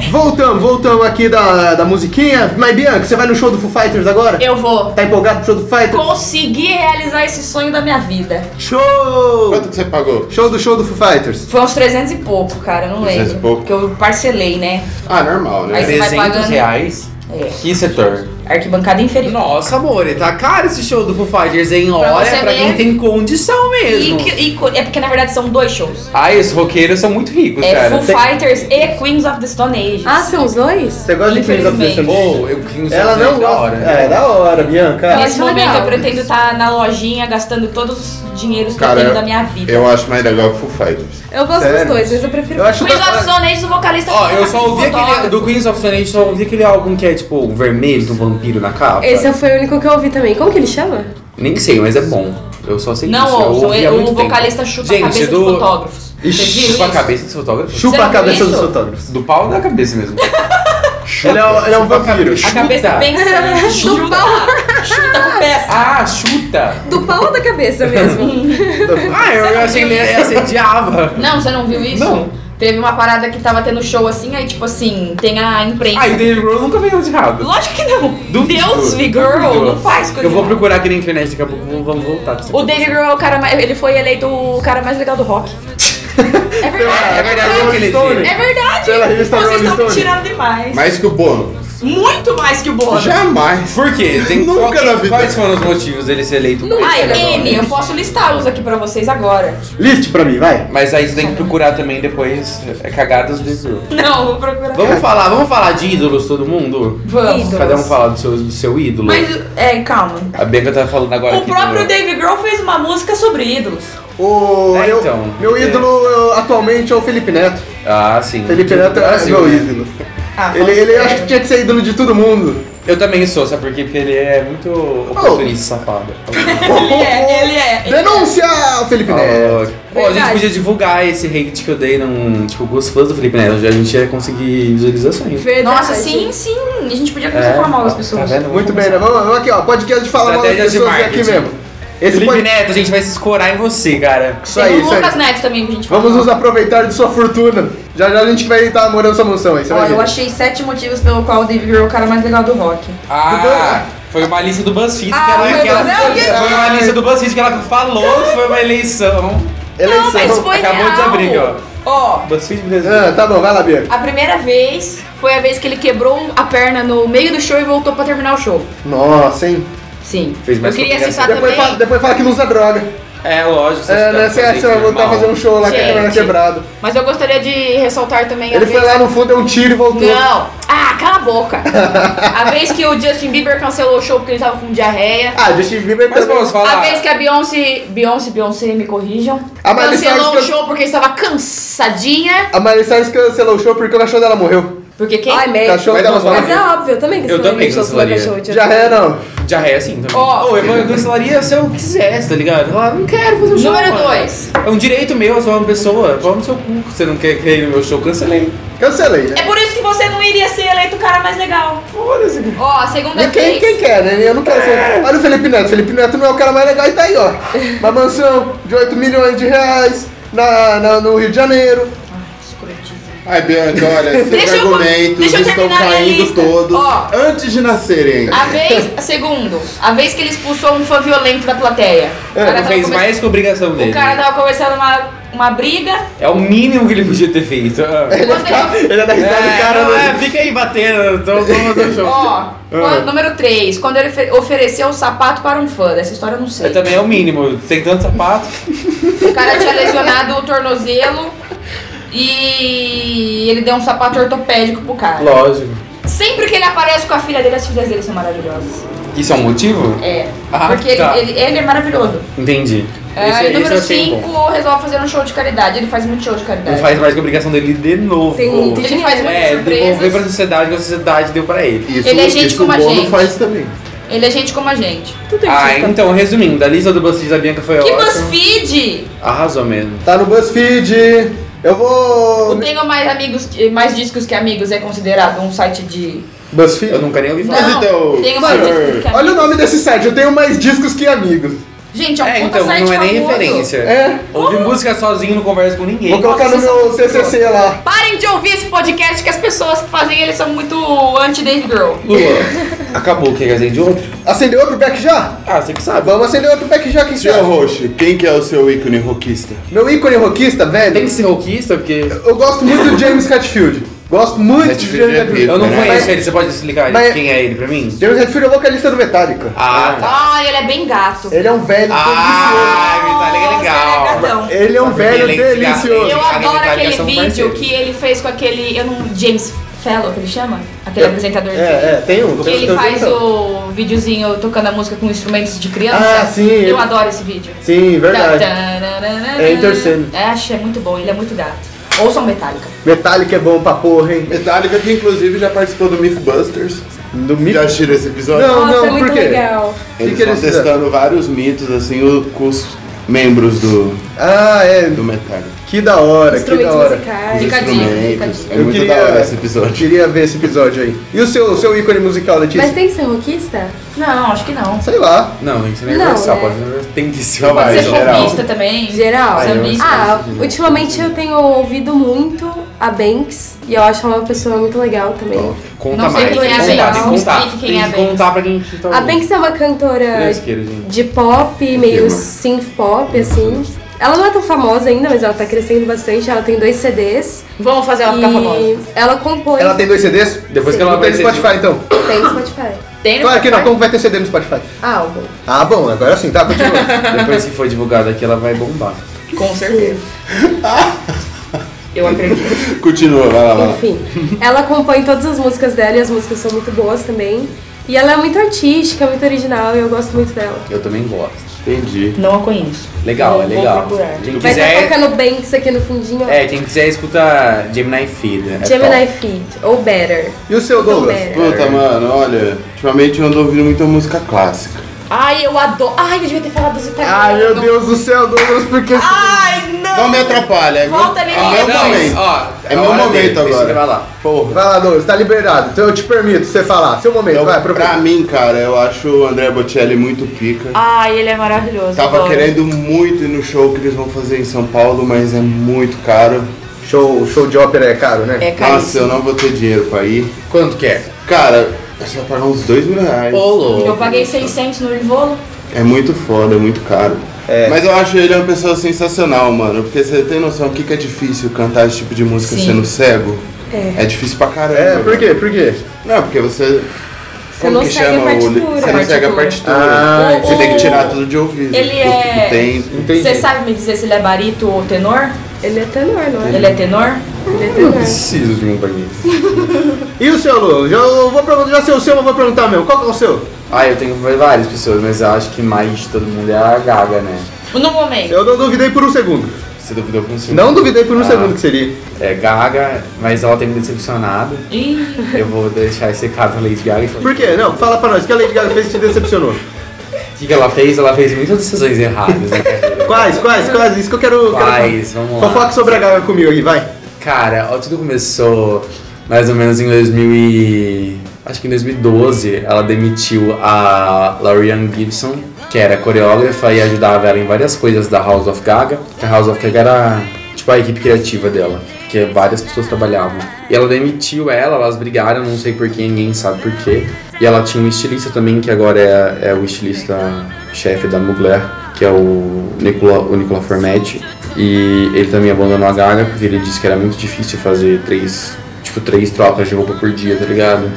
S1: voltamos, voltamos aqui da, da musiquinha. Mas Bianca, você vai no show do Foo Fighters agora?
S4: Eu vou
S1: Tá empolgado pro show do Foo Fighters?
S4: conseguir realizar esse sonho da minha vida.
S1: Show!
S5: Quanto que você pagou?
S1: Show do show do Foo Fighters.
S4: Foi uns 300 e pouco, cara, não
S5: 300 e
S4: lembro.
S5: pouco.
S4: Porque eu parcelei, né?
S5: Ah, normal, né?
S4: Aí você vai
S6: 300
S4: pagando.
S6: reais?
S4: É.
S6: Que setor?
S4: Arquibancada inferior.
S6: Nossa, amor, e tá caro esse show do Foo Fighters, hein? Olha,
S4: você
S6: pra, quem
S4: ver.
S6: tem condição
S4: E,
S6: mesmo.
S4: que- e co- é porque na verdade são dois shows.
S2: Ah, esses roqueiros são muito ricos,
S4: É
S2: cara.
S4: Foo Fighters e Queens of the Stone Age.
S3: Ah, são os dois?
S1: Você gosta de Queens of the
S4: Infelizmente.
S1: Stone Age?
S6: Pô, eu que sei
S1: Ela
S6: dizer,
S1: não
S6: da
S1: gosta.
S6: hora. né?
S1: É, da hora, Bianca.
S3: Ela-
S4: Nesse
S3: Acho
S4: momento
S3: legal.
S4: eu pretendo estar na lojinha gastando todos os dinheiros que
S5: Cara,
S4: eu tenho
S5: eu-
S4: da minha vida.
S5: Eu acho mais legal que Foo Fighters.
S3: Eu gosto
S1: Sério?
S3: dos dois, mas eu prefiro.
S1: Eu acho
S4: Queens
S1: da
S4: of the
S1: hora.
S4: Stone Age, o vocalista
S6: Ó, eu só ouvi
S4: fotógrafo.
S6: aquele. Do Queens of Stone Age, só ouvi aquele álbum que é tipo vermelho, do vampiro na capa.
S3: Esse foi o único que eu ouvi também. Como que ele chama?
S6: Nem sei, mas é bom. Eu só sei disso.
S4: Não
S6: eu
S4: ouçam,
S6: ouvi
S4: ele-
S6: há
S4: o
S6: muito tempo.
S4: vocalista chupa
S6: Gente,
S4: a cabeça
S6: do-
S4: dos fotógrafos.
S1: Ixi,
S4: Vocês viram
S6: Chupa a
S4: isso?
S6: cabeça dos fotógrafos?
S1: Chupa
S4: Você
S1: a
S4: não
S1: cabeça
S4: viu
S1: dos
S4: isso?
S1: fotógrafos.
S2: Do pau ou da cabeça mesmo?
S1: Ele é, um- ele é um
S2: Chupa a
S1: vampiro.
S4: A cabeça
S6: Chuta.
S4: pensando, chuta, chuta com o pé.
S2: Ah, chuta!
S3: Do pau ou da cabeça mesmo?
S6: Ah, eu, eu achei que ele assediava.
S4: Não, você não viu isso?
S6: Não.
S4: Teve uma parada que tava tendo show assim, aí tipo assim, tem a
S6: Ah,
S4: imprensa.
S2: Ai, Dave Grohl nunca fez nada de errado.
S4: Lógico que não.
S2: Duvido.
S4: Deus, vi girl, não faz coisa.
S6: Eu vou
S4: errada.
S6: procurar aqui na internet, daqui a pouco vamos- vamos voltar. pra isso.
S4: O Dave Grohl é o cara mais. Ele foi eleito o cara mais legal do rock. É
S1: É
S4: verdade.
S1: verdade, Rolling Stone.
S4: É verdade.
S1: Pela revista
S4: Vocês
S1: Rolling
S4: estão me
S1: Stone.
S4: tirando demais.
S5: Mais que o Bono.
S4: Muito mais que o Bono.
S5: Jamais.
S6: Por quê? Tem-
S5: Nunca
S6: qual que-
S5: na vida.
S6: Quais foram os motivos dele ser eleito?
S4: Ai,
S6: presidente agora?
S4: N, eu posso listá-los aqui pra vocês agora.
S1: Liste pra mim, vai.
S2: Mas aí você tem que procurar também depois é, cagadas do Dave Grohl.
S4: Não, vou procurar.
S6: Vamos falar, vamos falar de ídolos todo mundo?
S4: Vamos.
S6: Cada um fala do seu, do seu ídolo.
S4: Mas, é, calma.
S2: A Bianca tá falando agora
S4: O
S2: aqui
S4: próprio
S2: do-
S4: Dave Grohl fez uma música sobre ídolos.
S1: O,
S6: É,
S1: eu-
S6: então.
S1: meu
S6: É.
S1: ídolo eu- atualmente é o Felipe Neto.
S2: Ah, sim.
S1: Felipe Neto é
S2: Brasil,
S1: meu Tá
S2: né?
S1: ídolo.
S4: Ah,
S1: Ele,
S4: fala
S1: ele é,
S4: sério.
S1: acho que tinha que ser ídolo de todo mundo.
S2: Eu também sou, sabe por quê? Porque ele é muito oportunista, safado.
S4: Ele é, ele é. ele
S1: Denúncia, Felipe Neto.
S6: Oh, Pô, a gente
S4: Verdade.
S6: podia divulgar esse hate que eu dei num, tipo, com os fãs do Felipe Neto. A gente ia conseguir visualizações.
S4: é.
S3: Verdade.
S4: Nossa, sim, sim. A gente podia
S1: É,
S4: começar a falar mal das pessoas.
S6: Tá vendo?
S1: Muito bem, né? Vamos, vamos aqui, ó. Podcast de falar mal das
S6: Estratégia de
S1: pessoas é aqui
S6: marketing.
S1: mesmo. Esse
S6: Felipe
S1: pod-
S6: Neto, a gente vai se escorar em você, cara.
S1: Isso
S4: Tem
S1: aí,
S4: o
S1: isso aí.
S4: Lucas Neto também pra gente falar.
S1: Vamos nos aproveitar de sua fortuna. Já já a gente vai estar morando sua mansão aí, você
S4: Ó,
S1: vai
S4: eu
S1: ver.
S4: achei sete motivos pelo qual o Dave Grohl é o cara mais legal do rock.
S2: Ah, foi uma lista do BuzzFeed
S4: Ah,
S2: que ela...
S4: foi
S6: que ela-
S4: você que-
S6: foi uma lista do BuzzFeed que ela falou que foi uma eleição.
S1: Eleição.
S4: Não, mas foi
S2: Acabou
S4: real.
S2: de abrir, ó.
S4: Ó,
S2: BuzzFeed Brasil.
S1: Ah, tá bom, vai lá, Bia.
S4: a primeira vez foi a vez que ele quebrou a perna no meio do show e voltou pra terminar o show.
S1: Nossa, hein?
S4: Sim.
S6: Fez mais
S4: Eu queria
S6: complicação.
S4: citar
S1: Depois
S4: Tá também...
S1: fala, depois fala que não usa droga.
S6: É, lógico. Você
S1: É, né? Você acha que vai voltar a fazer um show lá com a câmera
S4: Gente.
S1: quebrada.
S4: Mas eu gostaria de ressaltar também a
S1: Ele
S4: vez...
S1: foi lá no fundo, deu um tiro e voltou.
S4: Não! Ah, cala a boca! a vez que o Justin Bieber cancelou o show porque ele tava com diarreia.
S1: Ah, Justin Bieber
S2: Mas
S1: também.
S2: vamos
S4: A
S2: falar.
S4: vez que a Beyoncé, Beyoncé, Beyoncé, me corrijam,
S1: A Miley
S4: cancelou o
S1: Cyrus can-
S4: show porque estava cansadinha.
S1: A Miley Cyrus cancelou o show porque o cachorro dela morreu.
S4: Porque quem?
S3: Ai,
S1: O
S3: merda.
S1: cachorro dela
S3: Mas
S1: morreu.
S3: é óbvio, eu também que
S6: Eu
S3: sou
S6: também
S3: amigo, sou
S6: cancelaria.
S3: cachorro, tia.
S1: Já é, não.
S6: Já é assim também.
S4: Ó.
S6: Ô, eu, eu cancelaria se eu quisesse, tá ligado? Ah, não quero fazer um show.
S4: Número
S6: mano.
S4: 2.
S6: É um direito meu, eu sou uma pessoa. Vamos no seu cu. Você não quer que ir no meu show? Cancelei.
S1: Cancelei, né?
S4: É por isso que você não iria ser eleito o cara mais legal.
S6: Foda-se.
S4: Ó, a segunda
S1: E quem,
S4: vez.
S1: quem quer, né? Eu não quero
S2: É.
S1: ser. Olha o Felipe Neto. Felipe Neto não é o cara mais legal e tá aí, ó. Uma mansão de 8 milhões de reais na, na- no Rio de Janeiro.
S5: Ai, Bianca, olha, seus
S4: Deixa eu-
S5: argumentos
S4: deixa eu
S5: estão
S4: terminar minha
S5: caindo
S4: lista.
S5: todos
S4: Ó.
S5: antes de nascerem.
S4: A vez, a segundo, a vez que ele expulsou um fã violento da plateia. O cara
S6: Ele
S4: tava
S6: fez
S4: come-
S6: mais que a obrigação dele.
S4: O cara tá- tava começando uma, uma briga.
S6: É o mínimo que ele podia ter feito. Ah.
S4: Quando ele-
S1: Ele é da risada do cara,
S6: não,
S1: né?
S6: é, fica aí batendo, então vamos fazer um show.
S4: Ó, quando- número 3, quando ele ofe- ofereceu o sapato para um fã. Dessa história eu não sei.
S6: É, também é o mínimo, tem tanto sapato.
S4: O cara tinha lesionado o tornozelo e ele deu um sapato ortopédico pro cara.
S6: Lógico.
S4: Sempre que ele aparece com a filha dele, as filhas dele são maravilhosas.
S6: Isso é um motivo?
S4: É.
S6: Ah,
S4: porque
S6: tá.
S4: ele, ele- ele é maravilhoso.
S6: Entendi.
S4: É,
S6: Esse-
S4: e
S6: esse eu
S4: número
S6: achei
S4: 5,
S6: assim, bom.
S4: resolve fazer um show de caridade. Ele faz muito show de
S6: Não
S4: caridade.
S6: faz mais que a obrigação dele de novo.
S3: Tem muito
S4: Ele faz muitas
S6: É, devolver pra
S4: surpresas.
S6: sociedade o que a sociedade deu pra ele.
S5: Isso,
S4: Ele é gente
S5: isso
S4: como
S5: o
S4: a
S5: Bono
S4: gente.
S5: faz também.
S4: Ele é gente como a gente.
S3: Tudo isso.
S6: Ah, então, resumindo, a lista do BuzzFeed da Bianca foi
S4: Que
S6: ótima.
S4: BuzzFeed!
S6: Arrasou mesmo.
S1: Tá no BuzzFeed. Eu
S4: O
S6: né?
S1: vou.
S4: Tenho Mais Amigos, Mais Discos Que Amigos é considerado um site de...
S1: BuzzFeed?
S6: Eu nunca nem ouvi falar.
S5: Mas então,
S4: Tenho Mais
S5: senhor,
S4: Discos Que Amigos.
S1: Olha o nome desse site, eu tenho mais discos que amigos.
S4: Gente, é um
S6: É,
S4: puta
S6: então,
S4: site
S6: não é nem
S4: famoso.
S6: referência.
S1: É.
S6: Ouve música sozinho, não conversa com ninguém.
S1: Vou colocar no meu TCC lá.
S4: Parem de ouvir esse podcast que as pessoas que fazem ele são muito anti-Dave Grohl.
S6: Lua, acabou. Quer acender outro?
S1: Acendeu outro pack já?
S6: Ah, você que sabe.
S1: Vamos acender outro pack já, quem
S5: Senhor
S1: sabe?
S5: Roxo, quem que é o seu ícone rockista?
S1: Meu ícone rockista, velho.
S6: Tem que ser rockista, porque
S1: Eu gosto muito do James Hetfield. Gosto muito de
S5: Hetfield
S1: James
S5: é
S1: Hetfield.
S5: pica,
S6: eu não
S5: né?
S6: conheço
S1: Mas-
S6: ele. Você pode explicar
S1: mas-
S6: quem é ele pra mim?
S1: James Hetfield é o vocalista do Metallica.
S6: Ah, tá.
S4: Ah, ele é bem gato.
S1: Ele é um velho
S6: Ah, Metallica é legal.
S4: Nossa, Ele é gatão.
S1: delicioso. Ele é um
S6: Porque
S1: velho
S6: ele é
S1: delicioso.
S4: Eu
S6: Cada
S4: adoro
S6: detalhe
S4: aquele
S1: um
S6: são
S4: vídeo
S6: parceiros.
S4: que ele fez com aquele. Eu não. James Fellow, que ele chama? Aquele apresentador
S1: É, é, tem um.
S4: Que
S1: tem um-
S4: ele
S1: tem um-
S4: faz
S1: tem um-
S4: o videozinho tocando a música com instrumentos de criança.
S1: Ah, sim,
S4: Eu
S1: ele-
S4: adoro esse vídeo.
S1: Sim, verdade.
S4: Tá-tá-ra-ra-ra.
S1: É interessante.
S4: Acho, é muito bom, ele é muito gato. Ouçam Metallica.
S1: Metallica é bom pra porra, hein?
S5: Metallica que inclusive já participou do Mythbusters.
S1: Do Mi-
S5: Já assistiram esse episódio?
S1: Não,
S3: Nossa, é
S1: por
S3: muito
S1: quê?
S3: legal.
S5: Eles
S1: que
S5: estão
S1: eles fizeram?
S5: testando vários mitos, assim, o- com os membros do,
S1: Ah, é.
S5: do Metallica.
S1: Que da hora, que da
S3: Instrumentos
S1: hora.
S5: Os
S3: musicais.
S4: Fica a dica, fica a
S5: instrumentos.
S4: dica.
S5: É muito da hora esse episódio.
S1: Queria ver esse episódio aí. E o seu, seu ícone musical, Letícia?
S3: Mas tem que ser rockista?
S4: Não, acho que não.
S1: Sei lá.
S6: Não, isso não é
S3: Não,
S6: universal.
S3: né?
S6: Pode ser- Tem que ser
S5: Não vai,
S4: Pode
S5: Mas
S4: ser
S5: geral.
S4: popista também.
S3: Geral?
S6: Ah, eu
S4: Sambista.
S3: Ah,
S6: gosto de-
S3: ultimamente eu tenho ouvido muito a Banks e eu acho ela uma pessoa muito legal também.
S6: Conta
S4: Não sei
S6: mais.
S4: quem é
S6: tem
S4: a
S6: que contar, tem
S4: Banks,
S6: que contar.
S4: explique quem
S6: Tem
S4: é Ah,
S6: que
S4: a Banks.
S6: contar pra quem que tá
S3: A Banks é uma cantora
S6: Fresqueiro, gente.
S3: de pop, meio
S5: mano.
S3: synth pop, assim. Ela não é tão famosa ainda, mas ela tá crescendo bastante. Ela tem dois CDs.
S4: Vamos fazer ela ficar famosa.
S3: e ela compõe.
S1: Ela tem dois CDs?
S6: Depois que ela
S1: Não tem
S6: vai
S1: no
S6: ser.
S1: Spotify, então.
S3: Tem no Spotify.
S4: Tem no
S1: Claro que não,
S4: Spotify?
S1: como vai ter CD no Spotify?
S3: Álbum.
S1: Ah, bom, agora sim, tá, continua.
S6: Depois que for divulgado aqui, ela vai bombar.
S4: Com certeza. Eu acredito.
S5: Continua, vai
S6: Ah.
S5: lá, vai lá.
S3: Enfim, ela compõe todas as músicas dela e as músicas são muito boas também. E ela é muito artística, muito original e eu gosto muito dela.
S6: Eu também gosto.
S5: Entendi.
S4: Não a conheço.
S6: Legal, é
S4: Vou
S6: legal.
S4: procurar.
S6: Quem
S3: Vai estar
S6: quiser,
S3: tocando Banks aqui no fundinho. ó.
S6: é, quem quiser escuta Gemini Feed. É
S3: Gemini Feet, ou Better.
S1: E o seu, Douglas?
S3: Better.
S5: Puta, mano, olha, ultimamente eu ando ouvindo muita música clássica.
S4: Ai, eu adoro. Ai, eu devia ter falado dos italianos.
S1: Ai, meu Deus do céu, Douglas, porque...
S4: Ah! Ai, não.
S5: Não me atrapalha, viu?
S4: Volta nele.
S5: É
S6: Top.
S5: meu
S6: Não, mas,
S5: momento.
S6: ó,
S5: É
S6: a
S5: meu
S6: hora
S5: momento
S6: dele,
S5: agora.
S6: Você vai lá.
S5: Porra.
S1: Vai lá, Douglas, tá liberado. Então eu te permito você falar. Seu momento,
S5: Eu-
S1: vai,
S5: Então, pra
S1: procura.
S5: mim, cara, eu acho o André Bocelli muito pica.
S4: Ai, ele é maravilhoso.
S5: Tava
S4: adoro.
S5: querendo muito ir no show que eles vão fazer em São Paulo, mas é muito caro.
S1: Show, show de ópera é caro, né?
S4: É
S5: Nossa, eu
S4: caríssimo.
S5: não vou ter dinheiro pra ir.
S6: Quanto que é?
S5: Cara, você vai pagar uns dois mil reais.
S4: Eu paguei 600 no Rivolo.
S5: É muito foda, é muito caro.
S1: É.
S5: Mas eu acho ele uma pessoa sensacional, mano. Porque você tem noção o que, que é difícil cantar esse tipo de música
S4: Sim.
S5: sendo cego?
S3: É.
S5: É difícil pra caramba.
S1: É, por quê? Por quê?
S5: mano. Não, porque você. Como
S3: não
S5: que
S3: segue a
S5: chama o. li-
S3: partitura.
S5: Você não segue a
S4: Partitura.
S5: partitura.
S1: Ah,
S5: você tem que
S4: entendi.
S5: tirar tudo de ouvido.
S4: Ele
S5: tudo que
S4: é-
S5: Tem.
S1: Entendi.
S4: Você sabe me dizer se ele é barito ou tenor?
S3: Ele é tenor, não é?
S4: Ele é tenor?
S3: Ele é
S4: né?
S3: tenor.
S6: Preciso de um pra mim.
S1: E o seu, Lu? Já, eu vou perguntar, já sei o seu, mas vou perguntar meu. Qual que é o seu?
S6: Ah, eu tenho várias pessoas, mas eu acho que mais de todo mundo é a Gaga, né?
S4: No momento.
S1: Eu não duvidei por um segundo.
S6: Você duvidou com o seu?
S1: Não duvidei por um
S6: Ah.
S1: segundo que seria.
S6: É Gaga, mas ela tem me decepcionado.
S4: Ih,
S6: Eu vou deixar esse caso a Lady Gaga. e falar-
S1: Por quê? Não, fala pra nós. O que a Lady Gaga fez que te decepcionou?
S6: O que, que ela fez? Ela fez muitas decisões erradas na carreira.
S1: Quais, quais, quais? Isso que eu quero...
S6: Quais?
S1: quero...
S6: Vamos lá.
S1: Fofoca sobre a Gaga comigo aqui, vai.
S6: Cara, ó, tudo começou mais ou menos em 2000 e... Acho que em 2012 ela demitiu a Lauriane Gibson, que era coreógrafa e ajudava ela em várias coisas da House of Gaga. A House of Gaga era tipo a equipe criativa dela, que várias pessoas trabalhavam. E ela demitiu ela, elas brigaram, não sei porquê, ninguém sabe porquê. E ela tinha um estilista também, que agora é, é o estilista-chefe da Mugler que é o Nicola, o Nicola Formetti. E ele também abandonou a Gaga porque ele disse que era muito difícil fazer três, tipo, três trocas de roupa por dia, tá ligado?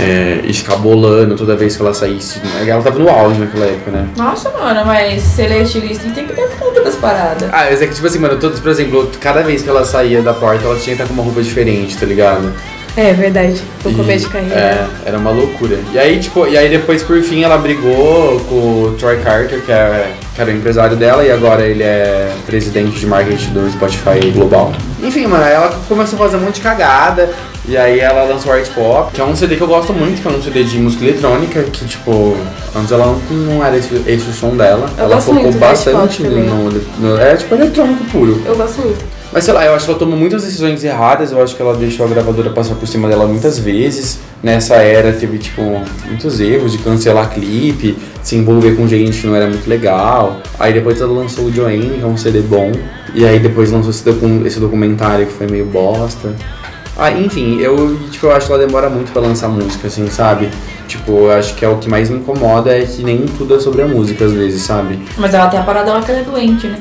S6: É, e ficar bolando toda vez que ela saísse. né? Ela tava no auge naquela época, né?
S4: nossa, mano, mas se ele é estilista, ele tem que ter conta das paradas.
S6: Ah, mas é que tipo assim, mano, todos, por exemplo, cada vez que ela saía da porta, ela tinha que estar com uma roupa diferente, tá ligado?
S3: É verdade, no
S6: E,
S3: começo de carreira.
S6: É, era uma loucura. E aí, tipo, e aí depois, por fim, ela brigou com o Troy Carter, que, é, que era o empresário dela, e agora ele é presidente de marketing do Spotify Global. Enfim, mano, aí ela começou a fazer um monte de cagada. E aí ela lançou Art Pop, que é um CD que eu gosto muito, que é um CD de música eletrônica, que tipo, antes ela não, não era esse, esse o som dela.
S3: Eu
S6: ela
S3: gosto
S6: focou
S3: muito do Art Pop
S6: bastante
S3: também.
S6: no, no- É tipo eletrônico puro.
S3: Eu gosto muito.
S6: Mas sei lá, eu acho que ela tomou muitas decisões erradas, eu acho que ela deixou a gravadora passar por cima dela muitas vezes. Nessa era teve, tipo, muitos erros de cancelar clipe, se envolver com gente que não era muito legal. Aí depois ela lançou o Joanne, que é um CD bom. E aí depois lançou esse docu- esse documentário que foi meio bosta. Ah, enfim, eu, tipo, eu acho que ela demora muito pra lançar música, assim, sabe? Tipo, eu acho que é o que mais me incomoda é que nem tudo é sobre a música, às vezes, sabe?
S4: Mas ela tem a parada lá que ela é doente, né?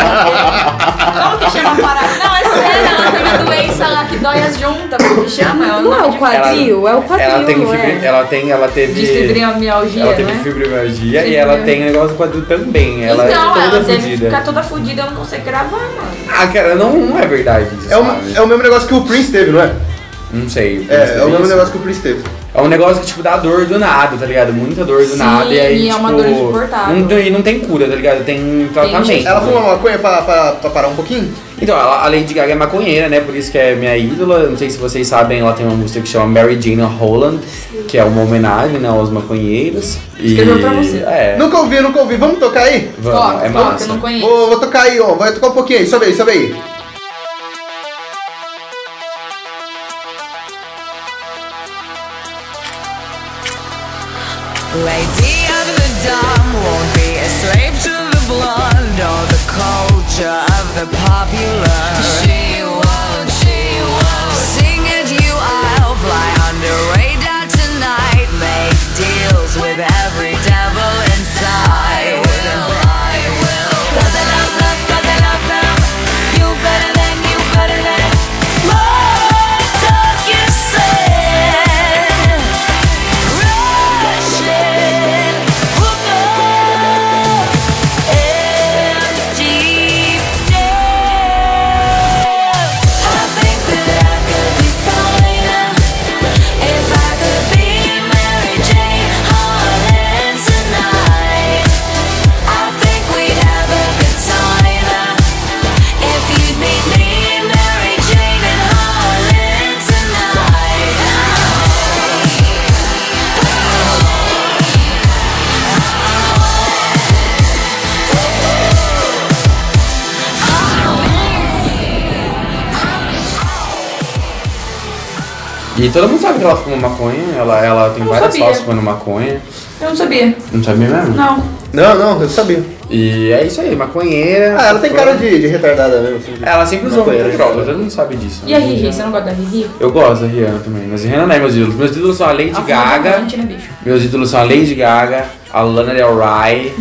S4: Como que chama a parada? Não, é sério, ela tem uma doença lá que dói as juntas, como que chama? É o
S3: Não é
S4: nome
S3: o
S4: de-
S3: quadril, é o quadril,
S6: ela tem um
S3: não
S6: fibri-
S3: é?
S6: ela tem, ela teve.
S4: de fibromialgia,
S6: ela teve
S4: né?
S6: fibromialgia e ela tem um negócio do quadril também. Ela
S4: então,
S6: é toda
S4: ela deve
S6: fodida.
S4: ficar toda fudida, eu não consigo gravar, mano.
S6: Ah, cara, não, não é verdade isso,
S1: É o,
S6: sabe?
S1: é o mesmo negócio que o Prince teve, não é?
S6: Não sei.
S1: É, é o mesmo
S6: isso.
S1: negócio que o Prince teve.
S6: É um negócio que, tipo, dá dor do nada, tá ligado? Muita dor do
S4: Sim,
S6: nada. E aí,
S4: e é
S6: tipo,
S4: uma dor insuportável.
S6: Não, e não tem cura, tá ligado? Tem tratamento.
S4: jeito.
S1: Ela fuma maconha pra, pra, pra parar um pouquinho?
S6: Então, ela, a Lady Gaga é maconheira, né? Por isso que é minha ídola. Não sei se vocês sabem, ela tem uma música que chama Mary Jane Holland, que é uma homenagem né, aos maconheiros. E...
S4: Escreveu pra você.
S6: É.
S1: Nunca ouvi, nunca ouvi. Vamos tocar aí?
S6: Vamos,
S4: Toca,
S6: é
S4: toca,
S6: massa.
S4: eu não conheço.
S1: Vou, vou tocar aí, ó. Vai tocar um pouquinho aí. Sobe aí, sobe aí.
S7: Lady of the dumb won't be a slave to the blonde or the culture of the popular. She won't, she won't sing at you. I'll fly under radar tonight. Make deals with every devil inside. I will, I will. Cause I love them, cause I love them. You better than, you better than. More talk you said. If you'd meet me, Mary Jane, in Harlem tonight.
S6: E todo mundo sabe que ela fuma maconha, ela, ela tem
S4: Eu não
S6: várias
S4: sabia.
S6: fotos fumando maconha.
S4: Eu não sabia.
S6: Não sabia mesmo?
S4: Não.
S1: Não, não, eu sabia.
S6: E é isso aí, maconheira.
S1: Ah, ela tem cara de, de retardada mesmo. assim.
S6: Ela sempre usou
S1: Maconheira,
S6: muita droga,
S1: né?
S6: todo mundo sabe disso.
S4: E a Riri, você não gosta da Riri?
S6: Eu gosto da Rihanna também, mas Rihanna não é meus ídolos. Meus ídolos são a Lady
S4: Ela fuma
S6: Gaga.
S4: bastante, né, bicho?
S6: Meus ídolos são a Lady Gaga, a Lana Del Rey,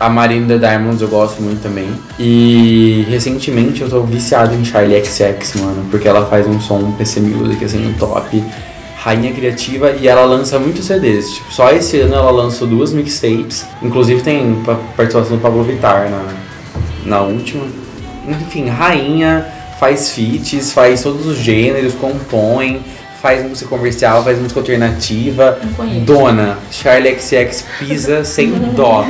S6: a Marina The Diamonds, eu gosto muito também. E recentemente eu tô viciado em Charlie XX, mano, porque ela faz um som PC Music, assim, um top, rainha criativa, e ela lança muitos CDs. Tipo, só esse ano ela lançou duas mixtapes, inclusive tem pa- participação do Pablo Vittar na, na última. Enfim, rainha, faz feats, faz todos os gêneros, compõe, faz música comercial, faz música alternativa.
S4: Não conheço.
S6: Dona, Charlie XX pisa sem dó.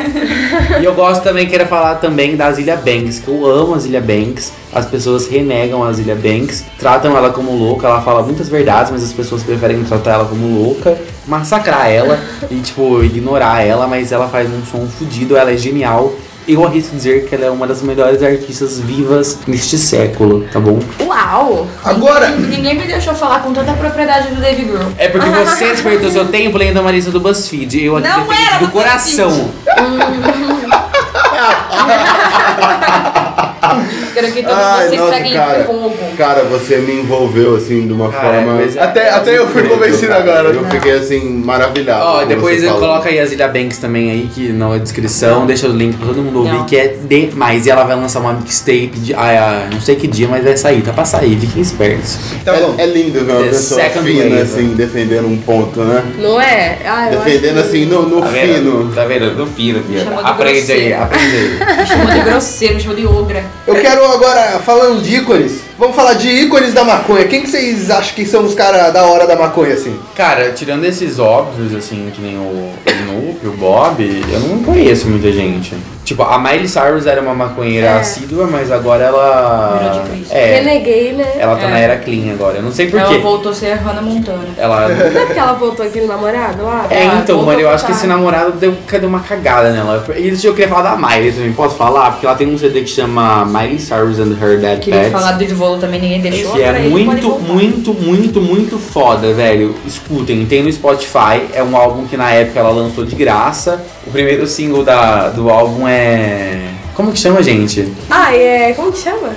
S6: E eu gosto também, queira falar também das Ilha Banks, que eu amo as Ilha Banks. As pessoas renegam as Ilha Banks, tratam ela como louca, ela fala muitas verdades, mas as pessoas preferem tratar ela como louca, massacrar ela e, tipo, ignorar ela, mas ela faz um som fudido, ela é genial. Eu arrisco dizer que ela é uma das melhores artistas vivas neste século, tá bom?
S3: Uau!
S1: Agora,
S4: Ninguém, ninguém me deixou falar com tanta propriedade do Dave Grohl.
S6: É porque você despertou seu tempo lendo uma lista do BuzzFeed. Eu aqui
S4: Não
S6: defendi
S4: era
S6: do
S4: do
S6: coração.
S4: Quero
S6: Então,
S4: que todos
S5: Ai,
S4: vocês
S5: nossa,
S4: peguem
S5: cara.
S4: fogo.
S5: Cara, você me envolveu assim de uma
S6: Cara,
S5: forma.
S6: mas é-
S1: até, até eu fui
S5: incrível,
S1: convencido
S5: cara.
S1: agora.
S5: Eu fiquei assim, maravilhado.
S6: Ó,
S5: com
S6: depois
S5: você
S6: eu
S5: falando.
S6: coloco aí as Ilha Banks também aí, que na descrição, deixa o link pra todo mundo ouvir,
S4: Não.
S6: que é demais. E ela vai lançar uma mixtape de. Ah, ah, não sei que dia, mas vai sair, tá pra sair, fiquem espertos.
S1: Tá
S5: é,
S1: bom.
S5: é lindo ver uma
S6: The
S5: pessoa
S6: second
S5: fina,
S6: wave.
S5: assim, defendendo um ponto, né?
S3: Não é? Ah, eu
S5: defendendo
S3: acho que-
S5: assim, no, no
S6: Tá vendo?
S5: fino.
S6: Tá vendo? Do fino, viado.
S4: Chamou de
S6: Aprende aí,
S4: grosseiro.
S6: aprende aí.
S4: Me chamou de grosseiro, me chamou de ogra.
S1: Eu quero agora, falando de ícones, Vamos falar de ícones da maconha. Quem que vocês acham que são os caras da hora da maconha, assim?
S6: Cara, tirando esses óbvios, assim, que nem o Snoop, o Bob, eu não conheço muita gente. Tipo, a Miley Cyrus era uma maconheira
S3: É.
S6: assídua, mas agora ela.
S4: Virou de Cristo.
S6: É,
S3: Reneguei, né?
S6: ela tá
S4: É.
S6: na era clean agora. Eu não sei
S4: Ela
S6: porquê.
S4: voltou a ser a Hannah Montana.
S6: Ela.
S3: Não é porque ela voltou aquele namorado tá, lá?
S6: É,
S4: Ah,
S6: então,
S4: voltou
S6: mano, eu
S4: pra
S6: acho que
S4: cá.
S6: esse namorado deu, deu uma cagada nela. E isso eu queria falar da Miley também, posso falar? Porque ela tem um CD que chama Miley Cyrus and Her Dead
S4: Queria
S6: Pets.
S4: falar do Idvolo também, ninguém deixou.
S6: Que é
S4: Agora ele pode
S6: muito,
S4: voltar.
S6: muito, muito, muito foda, velho. Escutem, tem no Spotify. É um álbum que na época ela lançou de graça. O primeiro single da, do álbum é. Como que chama, gente?
S3: Ah, é. Como que chama?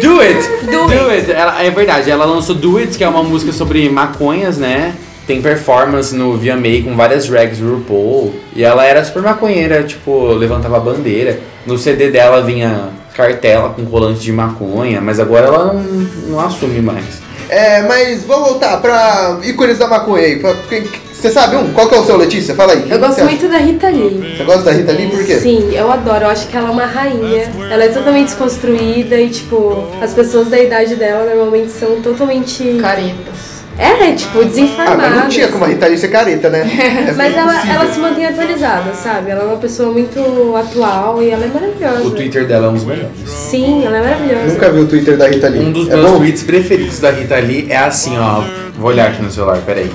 S6: Do It! Do, It! Ela, é verdade, ela lançou Do It, que é uma música sobre maconhas, né? Tem performance no VMA com várias drags do RuPaul. E ela era super maconheira, tipo, levantava a bandeira. No CD dela vinha cartela com colante de maconha, mas agora ela não, não assume mais.
S1: É, mas vamos voltar pra ícones da maconha aí. Pra quem- Você sabe um? Qual que é o seu, Letícia? Fala aí.
S3: Eu gosto
S1: Você acha?
S3: muito da Rita Lee.
S1: Você gosta da Rita Lee? Por quê?
S3: Sim, eu adoro. Eu acho que ela é uma rainha. Ela é totalmente desconstruída e, tipo, as pessoas da idade dela normalmente são totalmente.
S4: Caretas.
S3: É, tipo,
S1: Ah,
S3: desinformadas.
S1: mas não tinha como a Rita Lee ser careta, né? É
S3: Mas
S1: bem
S3: ela,
S1: possível.
S3: ela se mantém atualizada, sabe? Ela é uma pessoa muito atual e ela é maravilhosa.
S6: O Twitter dela é um dos melhores.
S3: Sim, ela é maravilhosa.
S1: Nunca vi o Twitter da Rita Lee.
S6: Um dos
S1: é
S6: meus
S1: bom?
S6: tweets preferidos da Rita Lee é assim, ó. Vou olhar aqui no celular, peraí.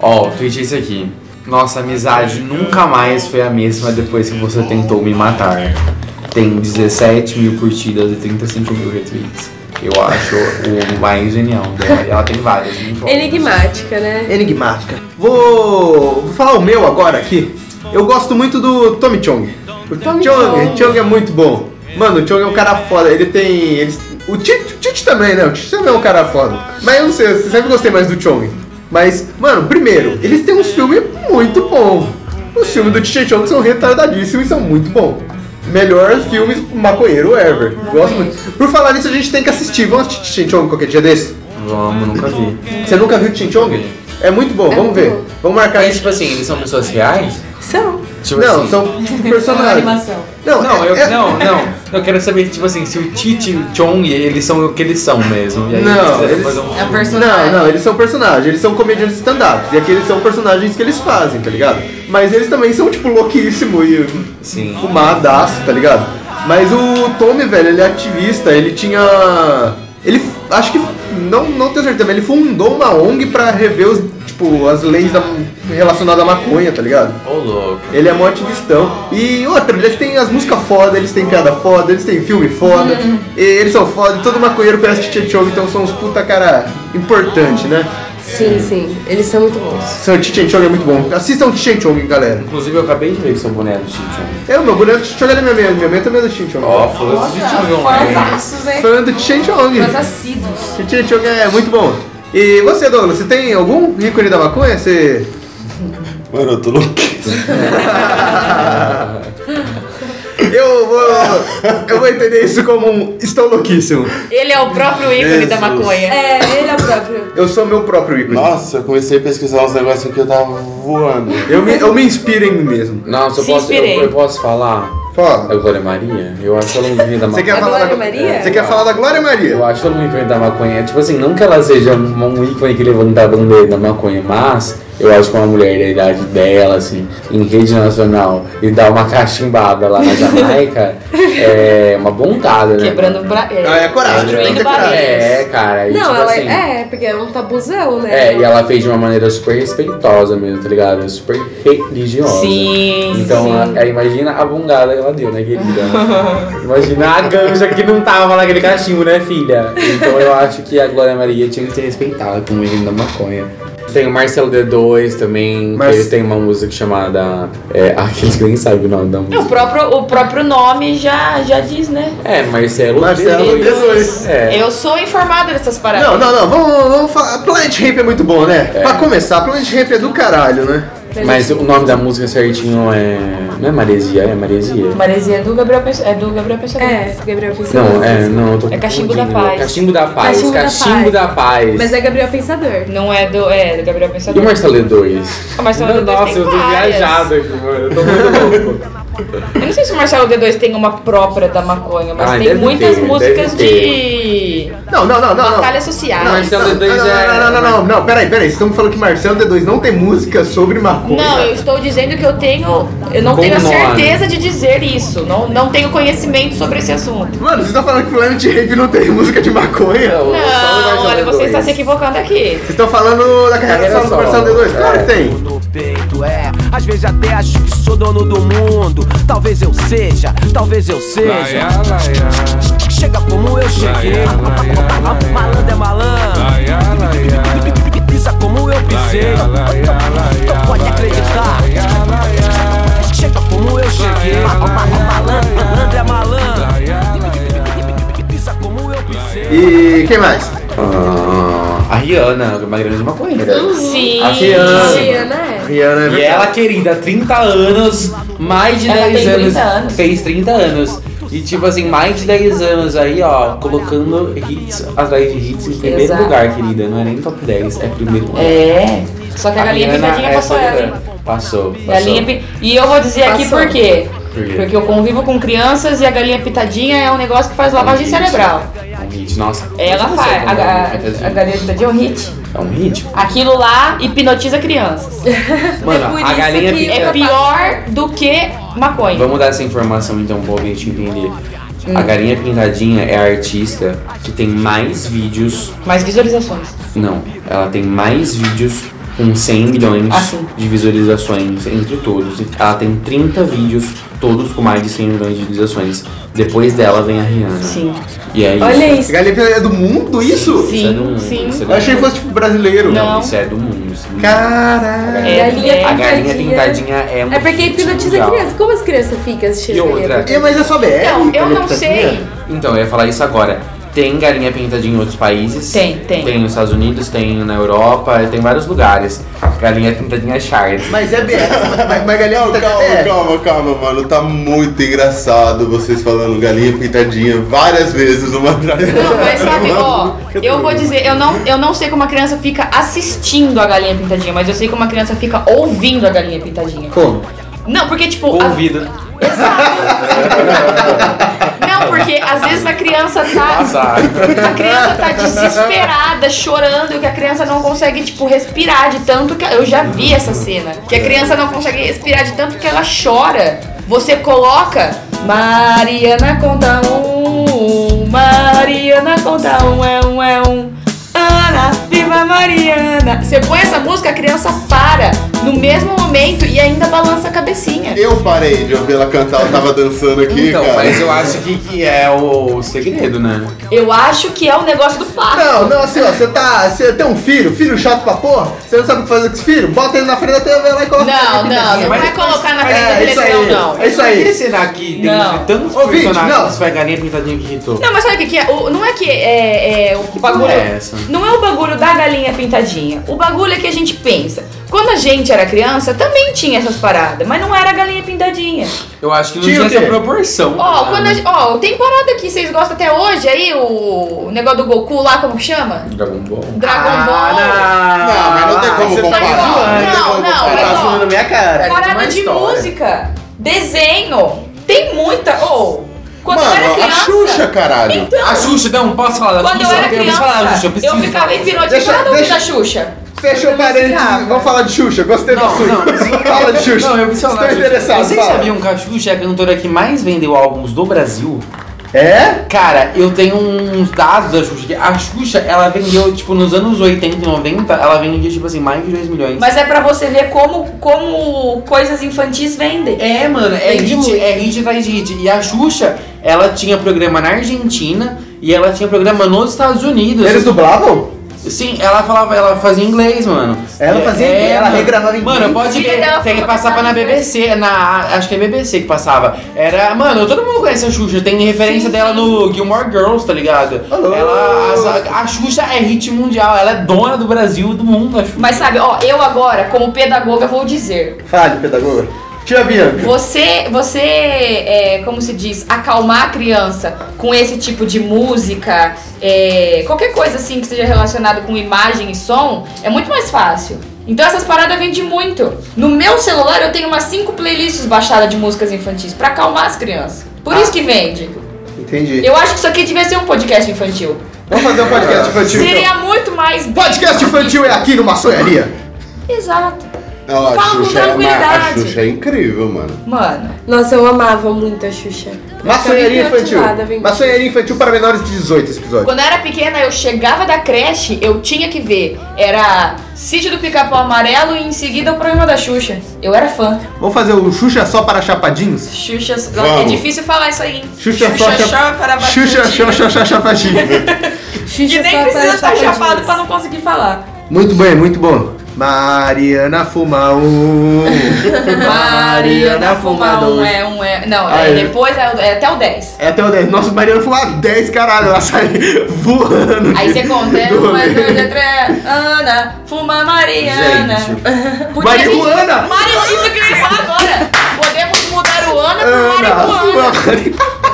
S6: Ó, o tweet é esse aqui. Nossa amizade nunca mais foi a mesma depois que você tentou me matar. Tem 17 mil curtidas e 35 mil retweets. Eu acho o mais genial dela. E Ela tem várias, muito boas.
S3: Enigmática, né?
S1: Enigmática. Vou... Vou falar o meu agora aqui. Eu gosto muito do Tommy Chong. O
S3: Tommy
S1: Chong,
S3: Chong.
S1: Chong é muito bom. Mano, o Chong é um cara foda. Ele tem... Ele... O Tite, o Tite também, né? O Tite também é um cara foda. Mas eu não sei, eu sempre gostei mais do Chong. Mas, mano, primeiro, eles têm uns filmes muito bons. Os filmes do Tite Chong são retardadíssimos e são muito bons. Melhor filmes maconheiro ever. Gosto muito. Por falar nisso, a gente tem que assistir. Vamos assistir Cheech Chong qualquer dia desse?
S6: Vamos, nunca vi.
S1: Você nunca viu Chin Chong? É muito bom, vamos
S3: muito
S1: ver.
S3: bom.
S1: Vamos marcar
S6: Mas,
S1: isso.
S6: tipo assim, eles são pessoas reais?
S3: São.
S6: Tipo
S1: Não,
S6: assim-
S1: são tipo
S4: É uma
S1: personagens.
S4: animação.
S1: Não,
S6: Não,
S1: é-
S6: eu,
S1: é-
S6: não, não. Eu quero saber, tipo assim, se o Titi e o Chong, eles são o que eles são mesmo. E aí
S1: Não,
S6: eles quiserem
S1: eles-
S6: fazer um
S4: É a
S1: Não,
S4: personagem.
S1: não, eles são personagens, eles são comediantes stand-up. E aqui eles são personagens que eles fazem, tá ligado? Mas eles também são, tipo, louquíssimo e
S6: Sim.
S1: fumadaço, tá ligado? Mas o Tommy, velho, ele é ativista, ele tinha. Ele. Acho que. Não, não tenho certeza, mas ele fundou uma ONG pra rever os, tipo, as leis da- relacionadas à maconha, tá ligado?
S6: Ô, louco.
S1: Ele é mó ativistão. E outra, eles têm as músicas foda, eles têm piada foda, eles têm filme foda. E eles são foda, e todo maconheiro parece Tchê Chong, então são uns puta cara importante, né?
S3: Sim, sim. Eles são muito bons.
S1: São Tchê Chong é muito bom. Assistam Tchê Chong, galera.
S6: Inclusive, eu acabei de ver que sou boné do Chichon.
S1: É, o meu boneco Tchê Chong ele é minha mãe, minha mãe também é do Tchê Chong.
S6: Ó, falou de Chichon, né?
S4: Fãzaços, hein?
S1: Fã do Tchê Chong.
S4: Fãs assíduos.
S1: Tchê Chong é muito bom. E você, Douglas, você tem algum ícone da maconha? Você.
S5: Mano, eu tô louco.
S1: Eu vou. Eu vou entender isso como um. Estou louquíssimo.
S4: Ele é o próprio ícone da
S5: Jesus.
S4: maconha.
S3: É, ele é o próprio.
S1: Eu sou meu próprio ícone.
S5: Nossa, eu comecei a pesquisar uns negócios aqui, eu tava voando.
S1: Eu me, eu me inspiro em mim mesmo.
S6: Nossa, eu
S4: Se
S6: posso, eu,
S4: inspirei.
S6: eu posso falar
S1: Fala.
S6: da Glória Maria? Eu acho que ela não vem da
S1: Você quer
S6: maconha.
S1: falar
S3: Glória
S1: da
S3: Maria?
S1: Você quer falar da Glória
S6: Eu
S1: Maria?
S6: acho que ela não vem da maconha. Tipo assim, não que ela seja um um ícone que levanta a bandeira da maconha, mas eu acho que uma mulher da idade dela, assim, em rede nacional, e dar uma cachimbada lá na Jamaica, é uma bondada, né?
S4: Quebrando bra...
S1: Ah, é coragem, tem que ter
S4: Destruindo
S1: coragem.
S6: É,
S4: barreiras.
S6: cara. E,
S3: Não,
S6: tipo
S3: ela
S6: assim,
S3: é, porque é um tabuzão, né?
S6: É, e ela fez de uma maneira super respeitosa mesmo, tá ligado? Super religiosa.
S4: Sim,
S6: Então,
S4: sim.
S6: a- aí imagina a bungada que ela deu, né, querida? imagina a ganja que não tava naquele cachimbo, né, filha? Então eu acho que a Glória Maria tinha que ser respeitada como menino da maconha. Tem o Marcelo D2 também,
S1: Mas-
S6: que ele tem uma música chamada. É, aqueles que nem sabem o nome da música.
S4: É, O próprio, o próprio nome já, já diz, né?
S6: É, Marcelo,
S1: Marcelo
S6: D2.
S1: D2.
S6: É.
S4: Eu sou informada dessas paradas.
S1: Não, não, não, vamos, vamos falar. Planet Ramp é muito bom, né?
S6: É.
S1: Pra começar, Planet Ramp é do caralho, né?
S3: pra
S6: Mas
S3: gente.
S6: o nome da música certinho é. Não é Maresia, é Maresia.
S4: Maresia é do Gabriel Pensador. É do Gabriel Pensador.
S3: É, Gabriel Pensador.
S6: Não, é, não, eu tô
S4: É Cachimbo
S6: confundindo.
S4: da Paz.
S6: Cachimbo da Paz,
S3: Cachimbo
S6: Cachimbo,
S3: da
S6: da
S3: Paz.
S6: Paz.
S3: Mas é Gabriel Pensador.
S4: Não é do. É, do Gabriel
S6: E
S4: Pensador.
S6: o Marcelo 2?
S4: O Marcelo D2
S6: Nossa,
S4: é tem
S6: eu tô
S4: várias.
S6: viajado aqui, mano. Eu tô muito louco.
S4: Eu não sei se o Marcelo D2 tem uma própria da maconha, mas
S6: Ah,
S4: tem
S6: deve
S4: muitas
S6: ter,
S4: músicas
S6: deve
S4: de.
S1: Não, não, não, não. não.
S4: Batalha social.
S1: Não,
S6: Marcelo
S1: não,
S6: D2
S1: não,
S6: é-
S1: não, não, não, não, não, não, peraí, peraí. Vocês estão me falando que Marcelo D2 não tem música sobre maconha?
S4: Não, eu estou dizendo que eu tenho. Eu não
S6: Com
S4: tenho a
S6: nome.
S4: certeza de dizer isso. Não, não tenho conhecimento sobre esse assunto.
S1: Mano, vocês estão falando que Planet Rave não tem música de maconha?
S6: Não,
S4: Não, olha, você está se equivocando aqui.
S1: Vocês estão falando da carreira
S6: Carreira
S1: solo do
S6: solo.
S1: Marcelo D2? Claro
S6: É.
S1: que tem.
S8: no peito, é. Às vezes até acho que sou dono do mundo. Talvez eu seja, talvez eu seja.
S9: Laia, laia,
S8: Chega como eu cheguei.
S9: Laia, laia,
S8: Malandro é malandro.
S9: laia, laia,
S8: Pisa como eu pisei.
S9: laia, laia, laia,
S8: Pode acreditar. Chega como eu cheguei. Malandro é malandro.
S9: laia, laia.
S8: Pisa como eu pisei.
S1: E quem mais?
S6: Ah, a Rihanna, uma grande maconheira.
S4: Sim.
S6: A Rihanna.
S3: Diana é.
S1: Rihanna é
S6: E ela, querida, 30 anos, mais de
S4: Ela
S6: 10
S4: tem
S6: anos,
S4: 30 anos.
S6: Fez 30 anos. E tipo assim, mais de 10 anos aí, ó, colocando hits atrás de hits em primeiro
S4: Exato.
S6: lugar, querida. Não é nem top 10, é primeiro lugar.
S4: É. Só que a galinha
S6: Rihanna
S4: pintadinha
S6: é
S4: passou ela, hein?
S6: soberana. Passou, passou.
S4: Galinha pin- E eu vou dizer aqui
S3: Passou.
S4: por quê.
S6: Por quê?
S4: Porque eu convivo com crianças e a galinha pitadinha é um negócio que faz lavagem
S6: hit.
S4: cerebral.
S6: É um hit, nossa. Não
S4: Ela
S6: sei
S4: faz.
S6: como
S4: A,
S6: é,
S4: a- a galinha pitadinha é um hit.
S6: É um hit.
S4: Aquilo lá hipnotiza crianças.
S6: Mano,
S3: por
S6: a
S3: isso
S6: galinha
S3: que-
S6: pinta-
S4: É pior do que maconha.
S6: Vamos dar essa informação então pro ouvinte entender.
S4: Hum.
S6: A Galinha Pintadinha é a artista que tem mais vídeos.
S4: Mais visualizações.
S6: Não, ela tem mais vídeos com 100 milhões
S4: Ah, sim.
S6: de visualizações entre todos. Ela tem 30 vídeos, todos com mais de 100 milhões de visualizações. Depois dela vem a Rihanna.
S4: Sim.
S6: E é isso.
S3: Olha
S1: A
S3: isso.
S1: Galinha é do mundo, isso?
S6: Isso é do mundo.
S4: Sim,
S6: isso é do
S1: Eu achei que
S6: mundo.
S1: fosse tipo brasileiro.
S4: Não.
S6: Isso é do mundo. isso é do mundo.
S1: Caralho.
S4: É,
S3: Galinha
S4: é.
S6: A Galinha
S3: pintadinha.
S6: Pintadinha é uma
S3: É porque hipnotiza a
S6: mundial.
S3: criança. Como as crianças ficam assistindo
S6: E
S3: galinha
S6: outra?
S3: pintadinha?
S1: É, mas é só BR?
S4: Então, eu
S1: Galinha
S4: não
S1: Pitadinha?
S4: sei.
S6: Então, eu ia falar isso agora. Tem galinha pintadinha em outros países?
S4: Tem, tem.
S6: Tem nos Estados Unidos, tem na Europa, tem em vários lugares. Galinha pintadinha é Charles.
S1: Mas é BR. mas, mas galinha
S5: Calma,
S1: tá
S5: calma,
S1: BR.
S5: calma, calma, mano. Tá muito engraçado vocês falando galinha pintadinha várias vezes uma atrás da
S4: Não, mas sabe,
S5: outra.
S4: ó, eu vou dizer, eu não, eu não sei como a criança fica assistindo a galinha pintadinha, mas eu sei como a criança fica ouvindo a galinha pintadinha.
S1: Como?
S4: Não, porque tipo. a-
S6: Ouvido.
S4: Não, porque às vezes a criança tá.
S6: Azar.
S4: A criança tá desesperada, chorando, que a criança não consegue, tipo, respirar de tanto que. Eu já vi essa cena. Que a criança não consegue respirar de tanto que ela chora. Você coloca. Mariana conta um. Mariana conta um, é um, é um. Ana, viva Mariana. Você põe essa música, a criança para no mesmo momento e ainda balança a cabecinha.
S5: Eu parei de ouvir ela cantar, ela tava dançando aqui,
S6: Então,
S5: cara.
S6: mas eu acho que, que é o segredo, né?
S4: Eu acho que é o negócio do pato.
S1: Não, não, assim, ó, você tá. Você tem um filho, filho chato pra porra, você não sabe o que fazer com esse filho? Bota ele na frente da TV lá e coloca
S4: Não,
S1: ele
S4: não, não vai colocar na frente da
S1: É, isso
S4: televisão,
S1: aí.
S4: não.
S1: É isso aí.
S6: Por que será que tem
S4: Não.
S6: tantos
S1: Ô, Vinte,
S6: personagens
S1: não.
S6: que foi galinha pintadinha que irritou?
S4: Não, mas sabe o que, que é? O- não é que é, é o bagulho.
S6: é essa?
S4: Não é o bagulho da galinha pintadinha. O bagulho é que a gente pensa. Quando a gente era criança, também tinha essas paradas, mas não era a galinha pintadinha.
S6: Eu acho que não
S1: Tinha
S6: tinha
S1: o quê?
S6: essa proporção. Ah,
S4: Ó, quando
S1: né?
S4: a, gen- ó, tem parada que vocês gostam até hoje aí, o negócio do Goku lá, como que chama?
S6: Dragon Ball.
S4: Dragon
S1: Ah,
S4: Ball. Ah,
S5: Não, mas não tem como
S1: você tá
S5: comparar.
S1: zoando,
S5: tem
S4: não,
S5: como
S4: não,
S5: comparar.
S1: Você tá
S4: mas ó,
S1: zoando minha cara.
S4: Parada
S6: uma
S4: de
S6: história.
S4: música, desenho. Tem muita. Ou, quando eu era
S5: Mano, a
S4: criança. Então,
S5: Xuxa, caralho.
S6: A Ah, Xuxa, não, posso falar da
S4: Quando eu
S6: Xuxa?
S4: era
S6: preciso falar da
S4: criança,
S6: Xuxa,
S4: eu,
S6: preciso
S4: ficava
S6: falar.
S1: Deixa-
S4: hipnotizada ouvindo
S1: deixa-
S4: a é Xuxa.
S1: Fechou parênteses. Vamos falar de Xuxa. Gostei da
S6: Não, não,
S1: Xuxa.
S6: não.
S1: Fala de Xuxa.
S6: Não, eu preciso falar.
S1: Estou
S6: Xuxa.
S1: interessado.
S6: Vocês
S1: fala.
S6: sabiam que a Xuxa é a cantora que mais vendeu álbuns do Brasil?
S1: É?
S6: Cara, eu tenho uns dados da Xuxa. que A Xuxa, ela vendeu, tipo, nos anos 80 e 90, ela vendia, tipo assim, mais de 2 milhões.
S4: Mas é pra você ver como, como coisas infantis vendem.
S6: É, mano, é
S4: Vende
S6: hit,
S4: muito.
S6: é hit atrás de hit. E a Xuxa, ela tinha programa na Argentina e ela tinha programa nos Estados Unidos.
S1: Eles dublavam?
S6: Sim, ela falava, ela fazia inglês, mano.
S1: Ela
S6: É,
S1: fazia
S6: é,
S1: inglês, ela
S6: mano.
S1: regravava em
S6: Mano, pode
S4: Filha
S6: ver,
S4: dela
S6: tem que
S4: falou
S6: passar pra na
S4: bastante.
S6: BBC, na, acho que é BBC que passava. Era, mano, todo mundo conhece a Xuxa, tem referência dela no Gilmore Girls, tá ligado?
S1: Alô.
S6: Ela, a, a Xuxa é hit mundial, ela é dona do Brasil e do mundo, a Xuxa.
S4: Mas sabe, ó, eu agora, como pedagoga, vou dizer.
S1: Fale, pedagoga. Tia Bianca.
S4: Você, você, é, como se diz, acalmar a criança com esse tipo de música, é, qualquer coisa assim que seja relacionado com imagem e som, é muito mais fácil. Então essas paradas vendem muito. No meu celular eu tenho umas cinco playlists baixadas de músicas infantis pra acalmar as crianças. Por isso que vende.
S1: Entendi.
S4: Eu acho que isso aqui devia ser um podcast infantil.
S1: Vamos fazer um podcast infantil. então.
S4: Seria muito mais.
S1: Podcast infantil é aqui no Maçonharia.
S4: Exato.
S5: Não, a
S4: Fala com
S5: Xuxa, é, ma- a
S4: tranquilidade.
S5: Xuxa é incrível, mano.
S4: Mano,
S3: Nossa, eu amava muito a Xuxa.
S1: Maçonharia
S3: Eu fiquei
S1: infantil.
S3: hipnotizada vendo.
S1: Maçonharia infantil para menores de 18 esse episódio.
S4: quando eu era pequena, eu chegava da creche, eu tinha que ver. Era Sítio do Pica-Pau Amarelo e em seguida o programa da Xuxa. Eu era fã.
S1: Vamos fazer o Xuxa só para chapadinhos?
S4: Xuxa. É
S5: Vamos.
S4: difícil falar isso aí, hein?
S1: Xuxa só
S4: chora para baixo.
S1: Xuxa, Xuxa, Xuxa, chapadinhos.
S3: Xuxa
S4: Que nem
S3: só tá
S4: precisa estar
S3: para
S4: chapado
S3: chapadinhos.
S4: pra não conseguir falar.
S1: Muito bem, muito bom. Mariana fuma um.
S4: Mariana fuma um é um é. Não, é
S1: Aí.
S4: depois é, o- é até o 10.
S1: É até o 10. Nossa, Mariana fuma 10, caralho. Ela sai voando.
S4: Aí você conta, é
S1: Do
S4: uma, dois,
S1: rolê.
S4: é três, Ana, fuma Mariana. Podia
S1: Marihuana!
S4: gente- Mari- isso que eu ia falar agora. Podemos mudar o Ana por Marihuana.
S1: Ana.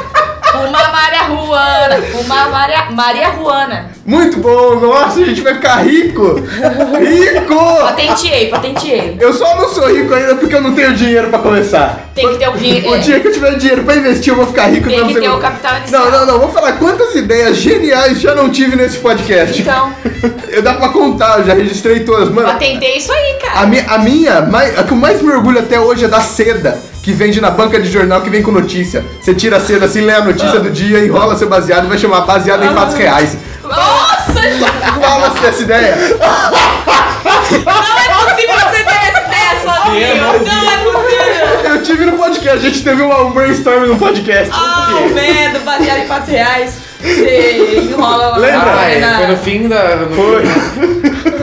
S4: Fuma Maria Ruana. Fuma Maria, Maria Ruana.
S1: Muito bom. Nossa, a gente vai ficar rico. Rico!
S4: Patenteei, patenteei.
S1: Eu só não sou rico ainda porque eu não tenho dinheiro pra começar.
S4: Tem que ter o dinheiro.
S1: O dia que eu tiver dinheiro pra investir, eu vou ficar rico.
S4: Tem
S1: não
S4: que
S1: sei
S4: ter
S1: como.
S4: o capital inicial.
S1: Não, não, não. Vou falar quantas ideias geniais já não tive nesse podcast.
S4: Então,
S1: Eu dá pra contar, eu já registrei todas. Mano,
S4: patentei isso aí, cara.
S1: A, mi- a minha, mai- a que eu mais me orgulho até hoje é da seda, que vende na banca de jornal que vem com notícia. Você tira a seda assim, lê a notícia do dia, enrola seu baseado e vai chamar baseado
S4: Ah.
S1: em fatos reais.
S4: Nossa, gente,
S1: Fala-se dessa ideia.
S4: não é possível você ter essa ideia sozinho. Não é possível.
S1: Eu tive no podcast, a gente teve uma, um brainstorm no podcast.
S4: Ah, o medo, baseado em fatos reais. Você enrola uma
S1: Lembra?
S6: Ah,
S4: parada
S6: é,
S4: na-
S6: foi no fim da. no-
S1: Foi.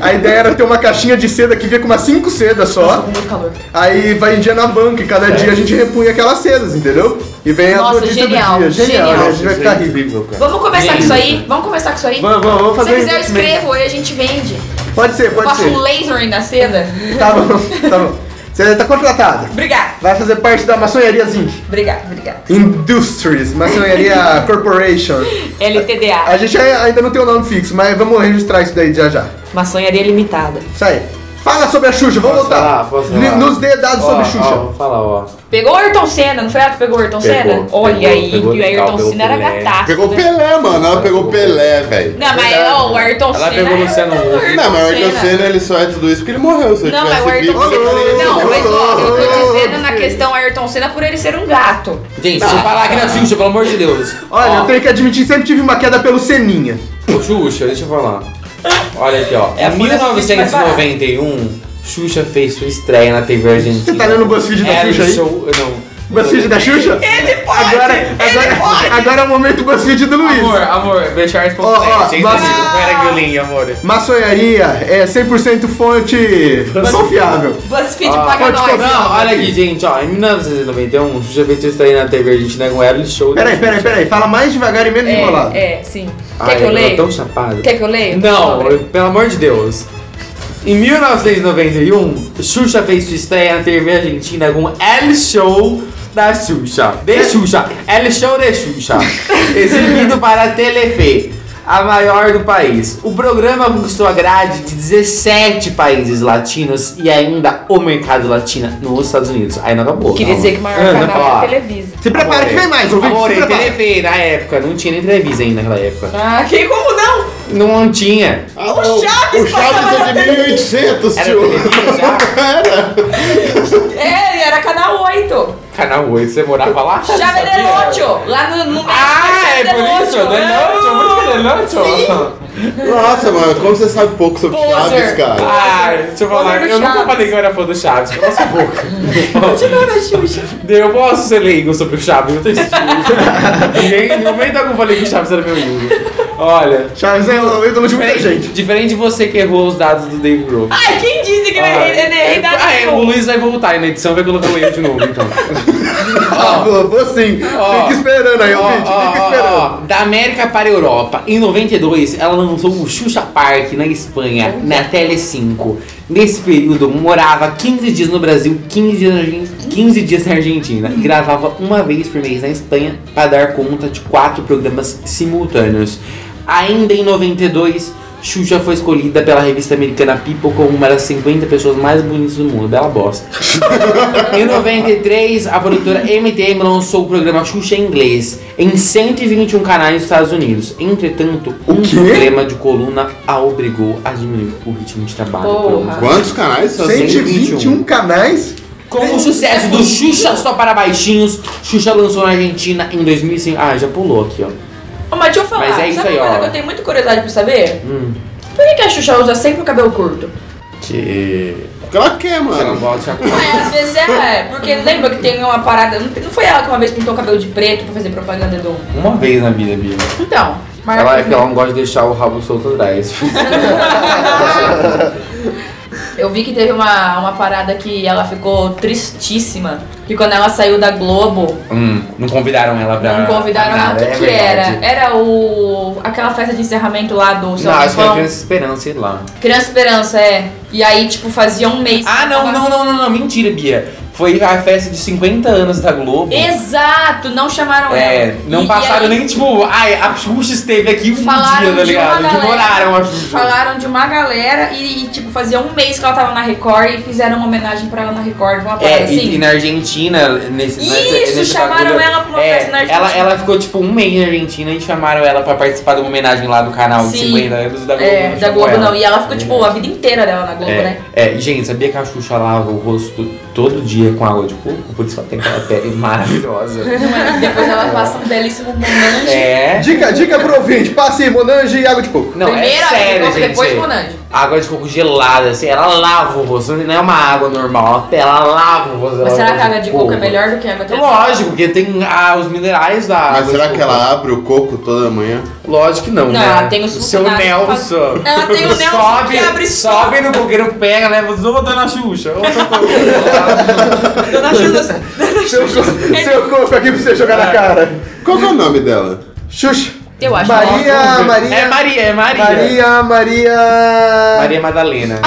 S1: A ideia era ter uma caixinha de seda que vinha com umas cinco sedas só.
S4: Muito calor.
S1: Aí vai em dia na banca e
S6: É.
S1: cada dia a gente repunha aquelas sedas, entendeu? E vem a
S4: Nossa,
S1: notícia
S4: genial,
S1: do dia. Genial,
S4: genial.
S1: né? a gente vai
S5: Xuxa
S1: ficar
S5: é
S1: rico.
S5: incrível, cara.
S4: Vamos começar com isso aí? Vamos começar com isso aí?
S1: Vamos, vamos, vamos
S4: Se
S1: fazer
S4: você quiser, eu
S1: investimento.
S4: escrevo e a gente vende.
S1: Pode ser,
S4: Eu
S1: pode
S4: faço
S1: ser.
S4: um lasering na seda.
S1: Tá bom, tá bom. Você tá contratado.
S4: Obrigado,
S1: Vai fazer parte da maçonharia Zinc.
S4: obrigado, obrigado.
S1: Industries, Maçonharia Corporation. A
S4: LTDA,
S1: gente ai- ainda não tem o nome fixo, mas vamos registrar isso daí já já.
S4: maçonharia limitada.
S1: Isso aí. Fala sobre a Xuxa, vamos
S6: Posso
S1: voltar.
S6: falar? Posso
S1: Li-
S6: falar?
S1: Nos dê dados
S6: Ó,
S1: sobre
S6: ó,
S1: Xuxa.
S6: vou falar, ó.
S4: Pegou o Ayrton Senna, não foi ela que pegou o Ayrton
S6: Pegou,
S4: Senna?
S6: pegou,
S4: Olha aí,
S6: pegou
S4: e o
S6: legal,
S4: Ayrton
S6: pegou
S4: Senna era
S6: Pelé.
S4: gataço.
S5: Pegou
S4: né?
S5: Pelé, mano. Ela pegou Pelé, velho.
S4: Não, mas ó, o Ayrton
S6: Ela
S4: Senna.
S6: pegou o Luciano Huck.
S5: Não, mas o Ayrton Senna ele só é tudo isso porque ele morreu. Se ele
S4: Não, mas o
S5: tivesse
S4: Ayrton
S5: vivo, ele
S4: Senna.
S5: estaria-
S4: Não, mas ó, eu tô
S1: Ô,
S4: dizendo na questão Ayrton Senna por ele ser um gato.
S6: Gente, deixa eu falar aqui na Xuxa, pelo amor de Deus.
S1: Ah. Olha,
S6: Ó.
S1: eu tenho que admitir, sempre tive uma queda pelo Seninha.
S6: Ô, Xuxa, deixa eu falar. Olha aqui, ó.
S4: É a
S6: em
S4: folha suficiente mais barata.
S6: 1991, Xuxa fez sua estreia na TV Argentina.
S1: Você tá lendo o BuzzFeed da
S6: Era
S1: Xuxa
S6: o
S1: aí?
S6: show- Não.
S1: BuzzFeed da Xuxa? Ele pode! Agora, agora, agora é o momento BuzzFeed do Luiz.
S6: Amor, amor, Bechard.net.
S1: Ó, ó,
S6: Vocês
S1: mas-
S6: viram qual era a guiolinha, amor?
S1: Maçonharia é 100% fonte confiável.
S4: BuzzFeed
S6: Ó,
S4: paga
S1: pode
S4: nós.
S1: cobrar.
S6: Não, olha aqui, gente, ó. Em 1991, Xuxa fez sua estreia na TV Argentina com o Evelyn Show. da
S1: Peraí, peraí,
S6: Xuxa.
S1: peraí. Fala mais devagar e menos enrolado.
S4: É, é, sim. Quer
S6: Ai,
S4: que eu leia?
S6: tô Ah, então tão chapado.
S4: Quer que eu leia?
S6: Não,
S4: Sobre.
S6: pelo amor de Deus. Em 1991, Xuxa fez sua estreia na TV Argentina com El Show da Xuxa. De Xuxa. El Show de Xuxa. Exibido para a Telefe, a maior do país. O programa conquistou a grade de 17 países latinos e ainda o mercado latino nos Estados Unidos. Aí não acabou.
S4: Queria
S6: calma.
S4: dizer que o maior canal
S6: Ó.
S4: é a Televisa.
S1: Se prepara
S6: Amore.
S1: que vem mais, ouvinte.
S6: Amore,
S1: se prepara.
S6: Telefe, na época, não tinha nem Televisa ainda naquela época.
S4: Ah, que como não?
S6: Não tinha.
S5: Ah, não. O Chaves, é de 1800,
S6: Era
S5: tio.
S6: Televisa já? oh.
S4: É, era canal 8.
S6: Canal 8, você morava lá?
S4: Chave
S6: Ah, Sabia?
S4: del Ocho, lá no, no México.
S6: Ah, é por isso?
S4: Del Ocho.
S6: Del Ocho, música Del Ocho.
S5: Nossa, mano, como você sabe pouco sobre
S4: Poser.
S5: Chaves, cara?
S6: Ai, deixa eu
S4: Olha
S6: falar,
S4: do
S6: eu nunca
S4: Chaves.
S6: falei que eu era fã do Chaves, cala sua boca.
S4: Continua na Xuxa.
S6: Eu posso ser leigo sobre o Chaves, eu tô assistindo. Ninguém- Em momento algum eu falei que o Chaves era meu ídolo. Olha.
S1: Charles é o ídolo de muita
S6: Diferente,
S1: gente.
S6: diferente de você que errou os dados do Dave Grohl.
S4: Ai, quem disse que Né, eu
S6: Ah,
S4: errei, errei, errei nada
S6: ah, é, o
S4: nenhum?
S6: Luiz vai voltar e na edição vai colocar o erro de novo, então.
S1: Ah, vou, vou sim.
S6: Ó.
S1: Fica esperando aí,
S6: Ó,
S1: ouvinte.
S6: ó,
S1: Fica
S6: ó,
S1: esperando.
S6: ó, Da América para a Europa, em 92, ela lançou o Xuxa Park na Espanha, na Tele 5. Nesse período, morava 15 dias no Brasil, 15 dias, na Argen- 15 dias na Argentina e gravava uma vez por mês na Espanha para dar conta de quatro programas simultâneos. Ainda em 92, Xuxa foi escolhida pela revista americana People como uma das 50 pessoas mais bonitas do mundo. Bela bosta. Em 93, a produtora MTM lançou o programa Xuxa em inglês em 121 canais nos Estados Unidos. Entretanto, um
S1: quê?
S6: problema de coluna a obrigou a diminuir o ritmo de trabalho.
S4: Ah.
S3: Porra.
S5: Quantos canais? assim? Só
S1: 121 canais?
S6: Com o sucesso do Xuxa só para baixinhos, Xuxa lançou na Argentina em 2005. Ah, já pulou aqui, ó.
S4: Ô, mas deixa eu falar,
S6: Mas é isso
S4: sabe
S6: aí,
S4: uma coisa
S6: ó.
S4: que eu tenho muita curiosidade pra saber?
S6: Hum.
S4: Por que, que a Xuxa usa sempre o cabelo curto?
S6: Que.
S5: Porque ela quer,
S1: um
S5: mano.
S6: gosta de
S4: É, às vezes é, porque lembra que tem uma parada, não não foi ela que uma vez pintou o cabelo de preto pra fazer propaganda do...
S6: Uma vez na vida, Bia.
S4: Então, mas-
S6: Ela é que ela não gosta de deixar o rabo solto atrás.
S4: Eu vi que teve uma, uma parada que ela ficou tristíssima. Que quando ela saiu da Globo,
S6: Hum, não convidaram ela pra.
S4: não convidaram
S6: pra
S4: ela. O
S6: nada,
S4: que,
S6: Ah, é
S4: que
S6: verdade.
S4: era? Era o. aquela festa de encerramento lá do
S6: Não,
S4: São
S6: acho que é era
S4: João.
S6: Criança Esperança, sei lá.
S4: Criança Esperança, é. E aí, tipo, fazia um mês.
S6: Ah,
S4: que
S6: não,
S4: tava-
S6: não, não, não, não, mentira, Bia. Foi a festa de 50 anos da Globo.
S4: Exato, não chamaram
S6: É,
S4: ela.
S6: não
S4: E- e
S6: passaram
S4: aí
S6: nem tipo, ai, a Xuxa esteve aqui um
S4: Falaram
S6: dia, tá
S4: de uma
S6: ligado?
S4: galera.
S6: Ignoraram a Xuxa.
S4: Falaram de uma galera e, e, tipo, fazia um mês que ela tava na Record e fizeram uma homenagem pra ela na Record. Uma parada
S6: É,
S4: assim.
S6: e, e na Argentina, nesse
S4: Isso,
S6: nesse- nesse
S4: chamaram
S6: bagulho-
S4: ela pra uma
S6: é,
S4: festa na Argentina.
S6: Ela, ela ficou tipo um mês na Argentina e chamaram ela pra participar de uma homenagem lá do canal de
S4: Sim.
S6: 50 anos da Globo.
S4: É,
S6: não
S4: da
S6: chamou
S4: Globo
S6: ela.
S4: não. E ela ficou, tipo, a vida inteira dela na Globo,
S6: É,
S4: né?
S6: é, e, gente, sabia que a Xuxa lava o rosto todo dia com água de coco? Por isso ela tem aquela pele maravilhosa.
S4: Depois ela passa um belíssimo monange.
S6: é.
S1: Dica, dica pro ouvinte. Passe aí, Monange e água de coco.
S6: Não,
S4: Primeiro
S6: é sério,
S4: água de coco,
S6: gente.
S4: depois Monange.
S6: Água de coco gelada, assim, ela lava o rosto, não é uma água normal, ela lava o rosto.
S4: Mas
S6: ela
S4: será
S6: lava
S4: que a água de coco é melhor do que a água de
S6: Lógico, porque tem ah, os minerais da água.
S5: Mas
S6: de
S5: será
S6: coco.
S5: que ela abre o coco toda manhã?
S6: Lógico que não.
S4: Não,
S6: né?
S4: ela tem
S6: o
S4: os
S6: seu
S4: fundados que
S6: Nelson.
S4: Ela tem o Nelson
S6: sobe,
S4: que abre e
S6: Sobe no coqueiro, pega, leva os dois dona Xuxa. Ô, socorro.
S4: Dona Xuxa.
S1: Seu, co- seu coco aqui pra você jogar na cara.
S5: Qual que é o nome dela?
S1: Xuxa.
S4: Eu acho
S1: Maria, Maria.
S6: é Maria, é Maria.
S1: Maria, Maria.
S6: Maria Madalena.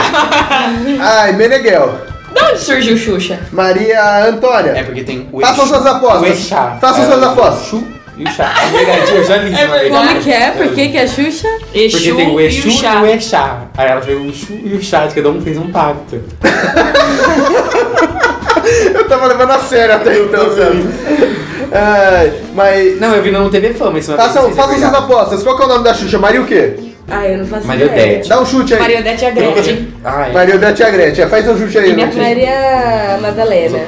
S1: Ai, Meneghel.
S4: De onde surgiu Xuxa?
S1: Maria Antônia.
S6: É porque tem o
S1: Façam
S6: Exu,
S1: suas apostas.
S6: O Exá.
S1: Façam
S6: É,
S1: suas
S6: o
S1: apostas.
S6: Exu e o Chá. É verdade, eu já li isso.
S4: É
S6: na verdade.
S4: verdade.
S3: Como que é? Por que que é Xuxa?
S4: Exu
S6: Porque tem o
S4: e
S6: Exu
S4: o
S6: e
S4: Chá.
S6: o Exá. Aí ela fez o Exu e o Chá, de cada um fez um pacto.
S1: Eu tava levando a sério até então, sabe? Ai, mas.
S6: Não, eu vi no TV Fama isso.
S1: Façam, façam suas apostas. Qual que é o nome da Xuxa? Maria o quê?
S3: Ah, eu não faço
S6: Maria
S3: ideia.
S6: Odete.
S1: Dá um chute aí. Maria,
S4: Mariodete e a Gretchen.
S6: Ai,
S1: Odete e a Gretchen. É, Faz seu chute aí,
S4: minha
S1: Lutinha.
S3: Maria Madalena.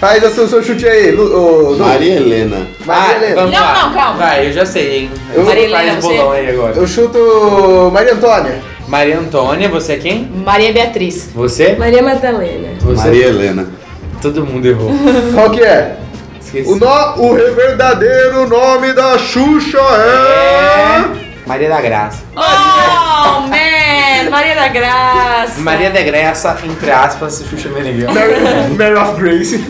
S1: Faz o seu, seu chute aí, Lu, ô, Lu.
S5: Maria Helena.
S1: Maria Helena.
S6: vamos
S4: Não,
S6: lá.
S4: não, calma.
S6: Vai, eu já sei, hein.
S1: Eu-
S6: Você
S4: Marilena,
S6: faz
S4: você-
S6: bolão aí agora.
S1: Eu chuto Maria Antônia.
S6: Maria Antônia, você é quem?
S4: Maria Beatriz.
S6: Você?
S3: Maria Madalena.
S6: Você.
S5: Maria Helena.
S6: Todo mundo errou.
S1: Qual que é?
S6: Esqueci.
S1: O, no, o verdadeiro nome da Xuxa é...
S6: É... Maria da Graça.
S4: Oh, man! Maria da Graça.
S6: Maria da Graça, entre aspas, Xuxa Meneghel.
S1: Mary, Mary of Grace.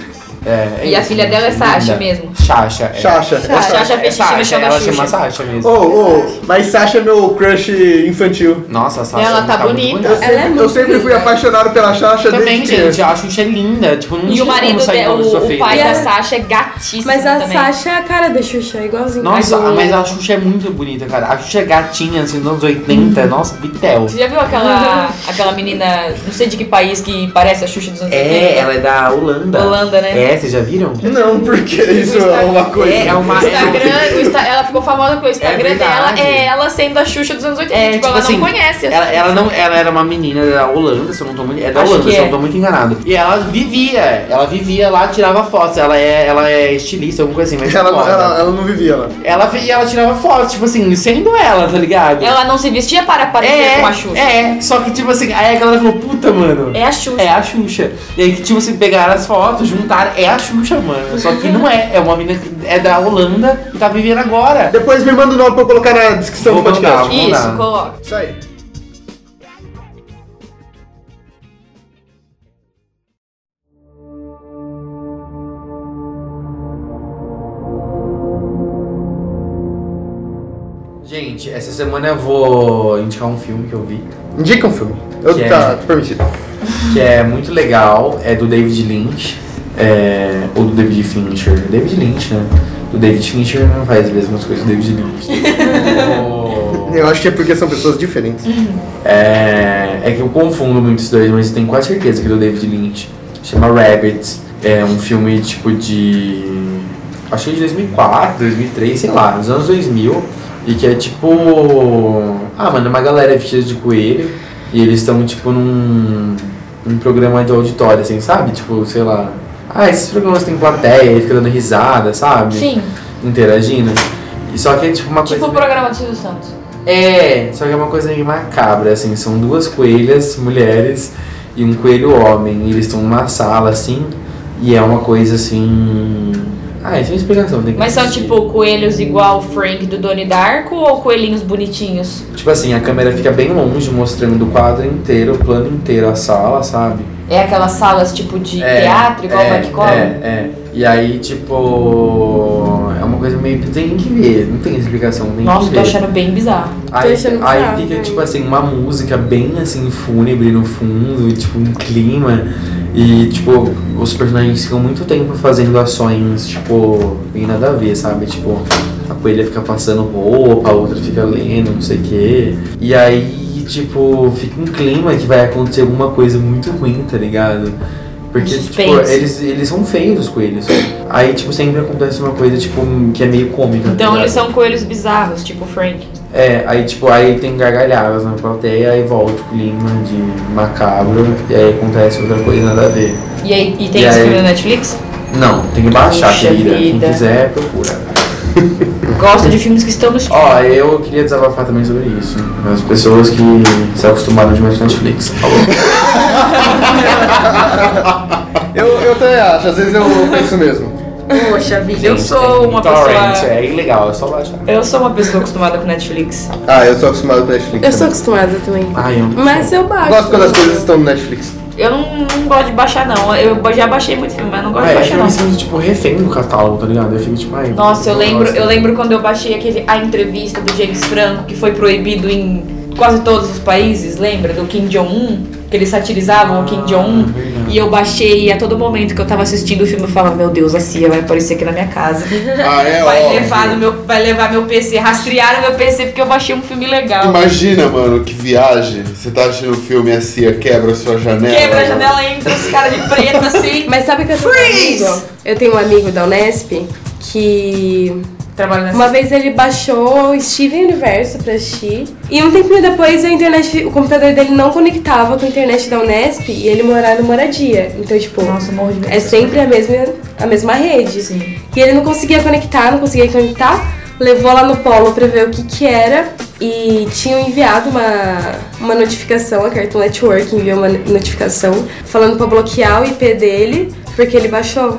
S6: É, é
S4: E a
S6: isso,
S4: filha dela é
S6: linda.
S4: Sasha mesmo.
S6: Sasha. é.
S1: Sasha.
S4: A Sasha
S6: É
S4: fez xixi no
S6: Sasha,
S4: chão da
S6: ela chama
S4: Xuxa.
S6: Sasha
S1: Ô,
S6: mesmo.
S1: ô, mas Sasha é meu crush infantil.
S6: Nossa, a Sasha
S4: Ela tá
S6: muito
S4: bonita.
S1: Eu, sempre,
S3: é
S1: eu
S3: muito
S1: sempre fui
S3: linda.
S1: apaixonado pela Sasha
S6: Também,
S1: desde
S6: gente,
S1: criança.
S6: eu acho que é linda. Tipo, não
S4: E
S6: tinha
S4: o marido
S6: como sair
S4: dela,
S6: com uma pessoa
S4: o, o
S6: feia.
S4: pai da
S3: É.
S4: Sasha é gatíssimo
S3: Mas a
S4: também.
S3: Sasha é a cara da Xuxa, igualzinho.
S6: Nossa,
S3: Ai, do-
S6: mas a Xuxa é muito bonita, cara. A Xuxa é gatinha, assim, dos anos 80. Nossa, Bitel.
S4: Você já viu aquela, aquela menina, não sei de que país, que parece a Xuxa dos anos 80?
S6: É, ela é da Holanda.
S4: Holanda, né?
S6: É, vocês já viram?
S1: Não, porque isso é uma coisa.
S6: É, é uma.
S4: O Instagram, o Insta- ela ficou famosa porque o Instagram dela
S6: verdade.
S4: é ela sendo a Xuxa dos anos 80.
S6: É,
S4: tipo,
S6: tipo
S4: ela
S6: assim,
S4: não conhece. assim.
S6: Ela, ela não, ela era uma menina da Holanda, se eu não tô muito. É da
S4: Acho
S6: Holanda,
S4: que
S6: se eu
S4: é.
S6: não tô muito enganado. E ela vivia, ela vivia lá, tirava fotos. Ela é, ela é estilista, alguma coisa assim, mas
S1: Ela, não-
S6: foda.
S1: ela, ela não vivia lá.
S6: Ela vi- e ela tirava fotos, tipo assim, sendo ela, tá ligado?
S4: Ela não se vestia para parecer
S6: é,
S4: com a Xuxa.
S6: é, só que tipo assim, aí a galera falou, puta, mano.
S4: É a Xuxa.
S6: É a Xuxa. E aí, tipo, se pegaram as fotos, juntaram.
S10: é a Xuxa, mano. Só que não é. É uma menina que é da Holanda e tá vivendo agora.
S1: Depois me manda o nome pra eu colocar na descrição
S10: Vou
S1: do podcast.
S10: mandar, vou mandar.
S4: Isso, coloca.
S1: Isso aí.
S6: Gente, essa semana eu vou indicar um filme que eu vi,
S1: Indica um filme. Eu,
S6: Que é-
S1: Tá permitido.
S6: que é muito legal, é do David Lynch, é, ou do David Fincher. David Lynch, né? Do David Fincher não faz as mesmas coisas do David Lynch. O-
S1: Eu acho que é porque são pessoas diferentes.
S3: Uhum.
S6: É, é que eu confundo muito esses dois, mas eu tenho quase certeza que é do David Lynch. Chama Rabbit. É um filme tipo de. Acho que é de 2004, 2003, sei lá, nos anos 2000. E que é tipo. Ah, mano, é uma galera vestida de coelho. E eles estão tipo num. num programa de auditório, assim, sabe? Tipo, sei lá. Ah, esses programas tem plateia e fica dando risada, sabe?
S4: Sim,
S6: Interagindo. E só que é tipo uma
S4: tipo
S6: coisa.
S4: o programa do Silvio Santos.
S6: É, só que é uma coisa meio macabra, assim, são duas coelhas mulheres e um coelho homem. E eles estão numa sala, assim, e é uma coisa assim. Ah, isso é uma explicação, tem que
S4: Mas são
S6: assistir.
S4: tipo coelhos igual o Frank do Donnie Darko ou coelhinhos bonitinhos?
S6: Tipo assim, a câmera fica bem longe, mostrando o quadro inteiro, o plano inteiro, a sala, sabe?
S4: É aquelas salas tipo de teatro, igual o Mike
S6: é,
S4: Collin?
S6: é. E aí, tipo. É uma coisa meio. Tem que ver, não tem explicação, tem
S4: Nossa,
S6: que
S4: tô
S6: ver.
S4: achando bem bizarro.
S6: Aí,
S3: achando
S6: aí
S3: bizarro
S6: fica,
S3: também.
S6: tipo assim, uma música bem assim, fúnebre no fundo, e, tipo, um clima. E, tipo, os personagens ficam muito tempo fazendo ações, tipo, bem nada a ver, sabe? Tipo, a coelha fica passando roupa, a outra fica lendo, não sei o quê. E aí, tipo, fica um clima que vai acontecer alguma coisa muito ruim, tá ligado? Porque, tipo,
S4: Suspense.
S6: eles, eles são feios, os coelhos. Aí, tipo, sempre acontece uma coisa, tipo, que é meio cômica. tá
S4: Então
S6: ligado?
S4: eles são coelhos bizarros, tipo o Frank.
S6: É, aí tipo, aí tem gargalhadas na plateia, aí volta o clima de macabro, e aí acontece outra coisa nada a ver.
S4: E, aí, e tem
S6: E
S4: esse
S6: aí?
S4: filme na Netflix?
S6: Não, tem que baixar,
S4: Puxa
S6: querida.
S4: vida.
S6: Quem quiser, procura.
S4: Gosto de filmes que estão no streaming.
S6: Ó, eu queria desabafar também sobre isso. As pessoas que se acostumaram demais com Netflix. Falou.
S1: Eu, eu também acho, às vezes eu penso mesmo.
S4: Poxa é vida, eu
S6: Gente,
S4: sou
S6: tem
S4: uma
S6: torrent,
S4: pessoa.
S6: É ilegal, é só baixar.
S4: Eu sou uma pessoa acostumada com Netflix.
S1: Ah, eu sou acostumado com Netflix.
S3: Eu sou
S1: também.
S3: acostumada também.
S6: Ai, eu não
S3: Mas eu baixo.
S1: Gosto quando as coisas estão no Netflix.
S4: Eu não, não gosto de baixar, não. Eu já baixei muito filme, mas não gosto
S6: Ah,
S4: de
S6: é,
S4: baixar,
S6: eu
S4: não.
S6: me sinto tipo refém do catálogo, tá ligado? Eu fico tipo, ai.
S4: Nossa, eu lembro,
S6: gosto.
S4: eu lembro quando eu baixei aquele, a entrevista do James Franco, que foi proibido em quase todos os países, lembra? Do Kim Jong-un, que eles satirizavam o
S6: Ah,
S4: Kim
S6: é
S4: Jong-un. E eu baixei e a todo momento que eu tava assistindo o filme, eu falava, meu Deus, a CIA vai aparecer aqui na minha casa.
S5: Ah, é
S4: vai,
S5: óbvio.
S4: levar no meu, vai levar meu PC, rastrearam meu PC porque eu baixei um filme legal.
S5: Imagina, mano, que viagem. Você tá assistindo um filme assim, ó, quebra a sua
S6: né,
S5: janela.
S4: Quebra a janela, entra os caras de preto assim.
S3: Mas sabe que eu tenho
S4: Freeze!
S3: um amigo? Eu tenho um amigo da Unesp que
S4: Trabalho nessa
S3: uma vez ele baixou o Steven Universo pra assistir. E um tempinho depois a internet, o computador dele não conectava com a internet da Unesp e ele morava na moradia. Então, tipo,
S4: Nossa, eu morro de medo.
S3: é sempre a mesma, a mesma rede.
S4: Sim.
S3: E ele não conseguia conectar, não conseguia conectar. Levou lá no polo pra ver o que que era e tinham enviado uma, uma notificação, a Cartoon Network enviou uma notificação falando pra bloquear o IP dele porque ele baixou.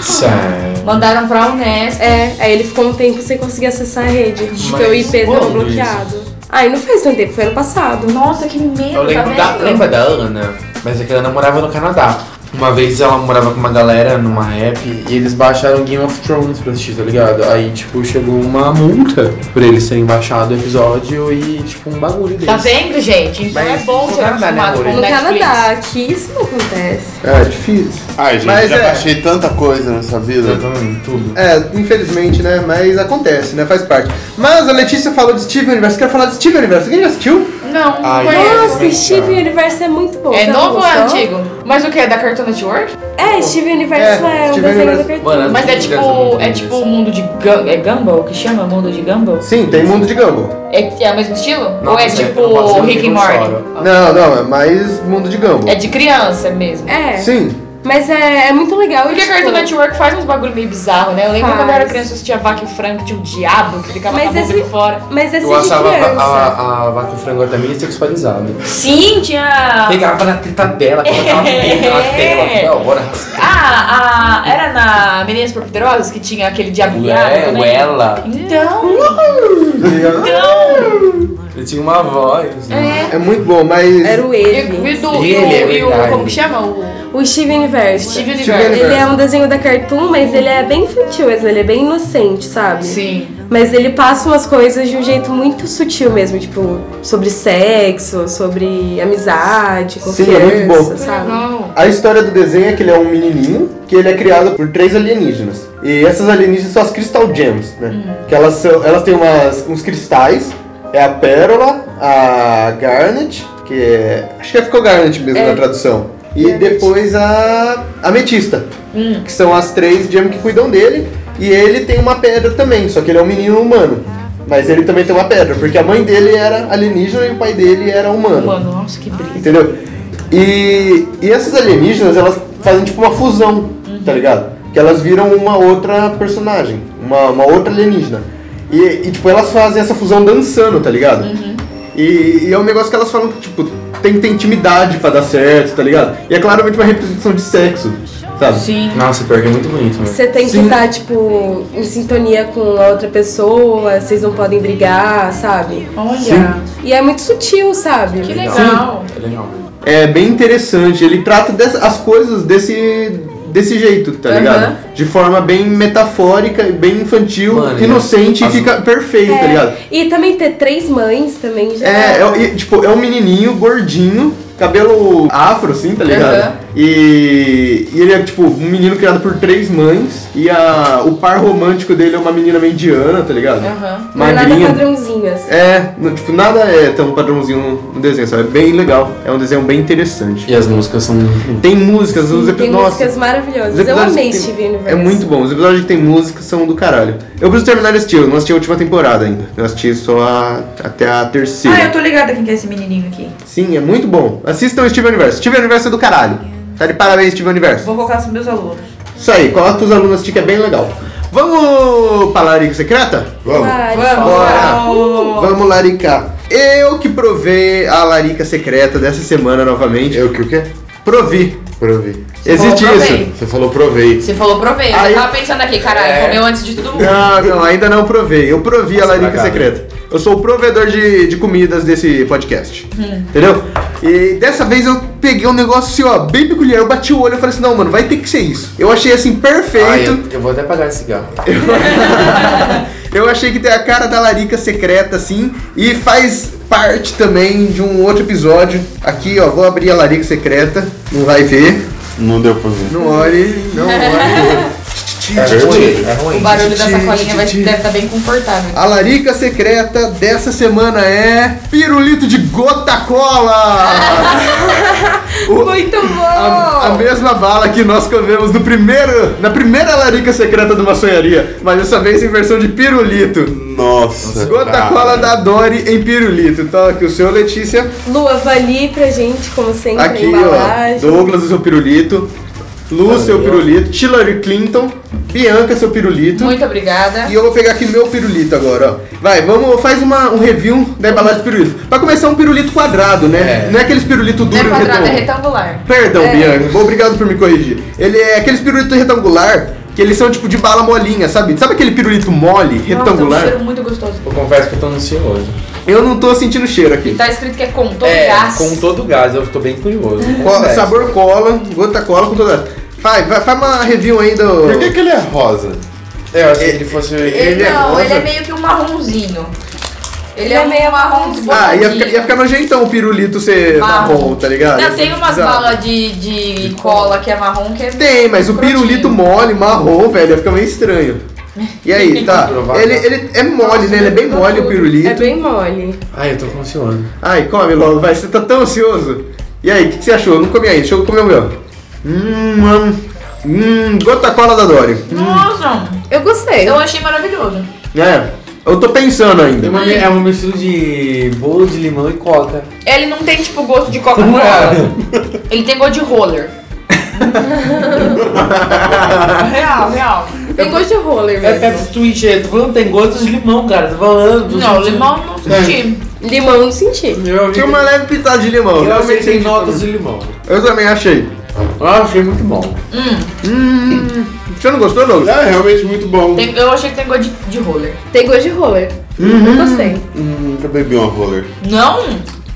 S6: Sério.
S4: Mandaram pra Unesp.
S3: É, aí ele ficou um tempo sem conseguir acessar a rede, porque o IP tava
S6: quando
S3: um bloqueado. Aí não fez tanto tempo, foi ano passado.
S4: É, Nossa, que medo,
S6: Eu lembro
S4: tá
S6: da,
S4: vendo?
S6: lembra da Ana, mas é que a Ana morava no Canadá. Uma vez ela morava com uma galera numa rap e eles baixaram Game of Thrones pra assistir, tá ligado? Aí, tipo, chegou uma multa por eles terem baixado o episódio e, tipo, um bagulho
S4: Tá
S6: deles.
S4: vendo, gente? Então
S6: Mas
S4: é bom
S6: no
S4: ser
S6: Canadá, né,
S4: acostumado com
S6: amor?
S4: o
S3: No
S4: Netflix.
S3: Canadá, aqui isso não acontece.
S1: É, difícil.
S5: Ai, gente,
S1: Mas
S5: já
S1: é.
S5: baixei tanta coisa nessa vida.
S6: Exatamente, tudo.
S1: É, infelizmente, né? Mas acontece, né? Faz parte. Mas a Letícia falou de Steven Universe. Quero falar de Steven Universe. Quem já assistiu?
S4: Não, não
S6: Ai,
S4: conheço.
S6: é
S3: Nossa, Steven Universe é muito bom.
S4: É
S3: você
S4: novo ou
S3: não
S4: é
S3: gostou?
S4: antigo? Mas o que? É da Cartoon Network?
S3: É, Steven Universe
S1: É,
S3: é, um
S1: Steven
S3: desenho
S1: Universe.
S3: do Cartoon.
S6: Mano, as
S4: Mas é
S6: músicas são
S4: tipo.
S6: muito
S4: É
S6: lindas.
S4: tipo o mundo de. Gu- É Gumball? Que chama mundo de Gumball?
S1: Sim, tem Mundo de Gumball.
S4: É, é o mesmo estilo?
S6: Nossa,
S4: ou é
S6: eu não posso
S4: tipo
S6: ver
S4: Rick
S6: que
S4: e
S6: eu
S4: Morty?
S6: choro.
S1: Não, não, é mais Mundo de Gumball.
S4: É de criança mesmo.
S3: É.
S1: Sim.
S3: Mas é, é muito legal.
S4: Porque a
S3: tipo,
S4: Cartoon é Network faz uns bagulho meio bizarro, né? Eu lembro quando eu era
S3: Faz.
S4: criança, eu assistia Vaca e o Frank, tinha um diabo que ficava
S3: Mas
S4: com a mão
S3: esse-
S4: de fora.
S3: Mas esse
S6: Eu
S3: é de
S6: achava a,
S3: criança.
S6: a, a vaca e o frango até meio sexualizado.
S4: Sim, tinha.
S6: Pegava na teta dela, colocava dentro na
S4: É.
S6: tela, que da hora.
S4: Ah, a, era na Meninas Propiderosas que tinha aquele diabo
S6: Ué,
S4: né?
S6: uela.
S4: Então,
S6: Ele tinha uma voz. né?
S4: é.
S1: É muito bom, mas.
S3: Era o
S4: E,
S3: ele.
S4: e do, e,
S6: Ele é
S4: o, e o-
S6: verdade.
S4: como que chama? O
S3: O Steve Universe.
S4: Steve Universe.
S1: Universe.
S3: Ele é um desenho da Cartoon, mas ele é bem infantil mesmo, ele é bem inocente, sabe?
S4: Sim.
S3: Mas ele passa umas coisas de um jeito muito sutil mesmo, tipo, sobre sexo, sobre amizade,
S1: Sim,
S3: confiança,
S1: é muito bom.
S3: sabe?
S4: Não.
S1: A história do desenho é que ele é um menininho que ele é criado por três alienígenas. E essas alienígenas são as Crystal Gems, né? Que elas, são, elas têm umas, uns cristais. É a Pérola, a Garnet, que é... Acho que ficou Garnet mesmo na tradução. E depois a Ametista, que são as três gems que cuidam dele. E ele tem uma pedra também, só que ele é um menino humano. Mas ele também tem uma pedra, porque a mãe dele era alienígena e o pai dele era humano.
S4: Mano, nossa, que brilho.
S1: Entendeu? E, e essas alienígenas, elas fazem tipo uma fusão, tá ligado? Que elas viram uma outra personagem, uma, uma outra alienígena. E, e, tipo, elas fazem essa fusão dançando, tá ligado? E, e é um negócio que elas falam que, tipo, tem que ter intimidade pra dar certo, tá ligado? E é claramente uma representação de sexo, sabe?
S4: Sim.
S6: Nossa, pior que é muito bonito, né?
S3: Você tem que
S1: Sim.
S3: estar, tipo, em sintonia com a outra pessoa, vocês não podem brigar, sabe?
S4: Olha,
S3: E é muito sutil, sabe?
S4: que legal.
S6: É legal.
S1: É bem interessante, ele trata dessa- as coisas desse, desse jeito, tá
S3: Aham.
S1: ligado? De forma bem metafórica, e bem infantil,
S6: Mano, e
S1: inocente e
S6: as-
S1: fica perfeito,
S3: É.
S1: tá ligado?
S3: E também ter três mães também já.
S1: É, é, e, tipo, é um menininho gordinho, cabelo afro, assim, tá ligado?
S4: Aham.
S1: E, e ele é, tipo, um menino criado por três mães. E a, o par romântico dele é uma menina meio indiana, tá ligado?
S4: Aham.
S3: Não é nada
S1: Magrinha.
S3: padrãozinho, assim.
S1: É, no- tipo, nada é tão padrãozinho no- no desenho, sabe? É bem legal. É um desenho bem interessante.
S6: E as músicas são.
S1: Tem músicas, os
S3: Sim,
S1: epi-
S3: tem
S1: Nossa,
S3: músicas
S1: os
S3: maravilhosas. Eu
S1: episódios
S3: amei
S1: que tem-
S3: Steve Universe.
S1: É muito bom. Os episódios que tem música são do caralho. Eu preciso terminar de assistir, eu não assisti a última temporada ainda. Eu assisti só a- até a terceira.
S11: Ah, eu tô ligada quem que é esse menininho aqui.
S1: Sim, é muito bom. Assistam o Steven Universo. Steven Universo é do caralho. Tá de parabéns, Steven Universo.
S11: Vou colocar nos meus alunos.
S1: Isso aí, coloca pros alunos assistir que é bem legal. Vamos pra Larica Secreta?
S5: Vamos.
S3: Ai,
S1: Bora! Vamos laricar. Eu que provei a Larica Secreta dessa semana novamente.
S5: Eu que o quê?
S1: Provi.
S5: Provei.
S1: Existe
S4: Bom, provei.
S1: isso.
S5: Você falou provei.
S4: Você falou provei, eu
S1: Aí- É.
S4: tava pensando aqui, caralho, comeu antes de todo mundo.
S1: Não, não, ainda não provei. Eu provi a Larica
S6: devagar.
S1: Secreta. Eu sou o provedor de, de comidas desse podcast. Entendeu? E dessa vez eu peguei um negócio assim, ó, bem peculiar. Eu bati o olho e falei assim, não, mano, vai ter que ser isso. Eu achei assim, perfeito.
S6: Ai, eu, eu vou até pagar esse cigarro.
S1: Eu achei que tem a cara da Larica secreta, assim, e faz parte também de um outro episódio. Aqui, ó, vou abrir a Larica secreta. Não vai ver.
S5: Não deu pra ver.
S1: Não olhe, não
S6: É
S1: olhe.
S6: ruim, é
S4: O
S6: ruim.
S4: barulho da sacolinha vai, deve estar bem confortável.
S1: A Larica secreta dessa semana é pirulito de gota cola. O-
S3: Muito bom!
S1: a, a mesma bala que nós comemos no primeiro, na primeira Larica secreta de uma sonharia, mas dessa vez em versão de pirulito.
S5: Nossa.
S1: Gota
S5: cara.
S1: cola da Dory em pirulito. Então aqui o seu Letícia.
S3: Lua, avalie pra gente, como sempre, a
S1: Aqui, ó.
S3: embalagem.
S1: Douglas, o seu pirulito. Lu,
S5: Tá
S1: seu pirulito. Hillary Clinton. Bianca, seu pirulito.
S4: Muito obrigada.
S1: E eu vou pegar aqui meu pirulito agora, ó. Vai, vamos, faz uma, um review da embalagem do pirulito. Pra começar, um pirulito quadrado, né?
S6: É.
S1: Não é aqueles pirulito
S4: Não
S1: duro
S4: é
S1: e
S4: quadrado, é
S1: redondo.
S4: retangular. É.
S1: Perdão, Bianca. Obrigado por me corrigir. Ele é aqueles pirulito retangular que eles são tipo de bala molinha, sabe? Sabe aquele pirulito mole,
S4: Nossa, tá um
S1: retangular?
S4: cheiro muito gostoso.
S6: Eu confesso que eu tô ansioso.
S1: Eu não tô sentindo cheiro aqui.
S4: Tá escrito que é com todo
S6: É,
S4: gás.
S6: com todo gás, eu tô bem curioso.
S1: Cola,
S6: Confesso.
S1: sabor cola, gota cola com toda. Vai, vai, faz uma review aí do.
S5: Por que, que ele é rosa?
S6: É, eu achei que ele fosse.
S4: Ele
S1: é
S4: não,
S1: rosa.
S4: ele é meio que um marronzinho. Ele,
S3: Ele
S4: é,
S3: é meio
S4: meio
S1: Ah,
S4: marrom
S1: ia ficar, ia
S4: desbotadinho.
S1: ficar nojentão o pirulito ser
S4: Marrom.
S1: marrom, tá ligado?
S4: Não, tem umas
S1: Exato.
S4: balas de, de cola que é marrom que é.
S1: Tem, mas o
S4: escrotinho.
S1: pirulito mole, marrom, velho, ia ficar meio estranho. E aí, tá? Ele, ele é mole, né? Ele é bem mole o pirulito.
S3: É bem mole.
S6: Ai, eu tô com ansioso.
S1: Ai, come logo, vai. Você tá tão ansioso. E aí, o que, que você achou? Eu não comi aí, deixa eu comer o meu. Hum, hum, hum gota cola da Dory.
S4: Nossa,
S3: Eu gostei.
S4: eu achei maravilhoso.
S1: É, eu tô pensando
S6: É
S1: ainda.
S6: uma, é uma mistura de bolo de limão e coca.
S1: é.
S4: Ele não tem tipo gosto de Coca-Cola. ele tem gosto de roller. Real, real.
S3: Tem gosto de roller
S10: É
S3: mesmo.
S10: Pepsi Twitch, é, tô falando, tem gosto de limão, cara. Tô falando. tô
S4: Não,
S1: né?
S10: sentindo-
S4: limão não
S1: É.
S4: senti.
S3: Limão não senti.
S1: Tinha uma leve pitada de limão.
S10: Eu achei que tem
S1: notas
S10: de limão.
S1: Eu também achei.
S6: Eu achei muito bom.
S1: Hum. Você não gostou, Douglas?
S5: É, realmente muito bom.
S4: Tem- eu achei que tem gosto de, de roller.
S3: Tem gosto de roller.
S1: Uhum.
S3: Eu gostei.
S5: Hum, nunca bebi uma roller.
S4: Não?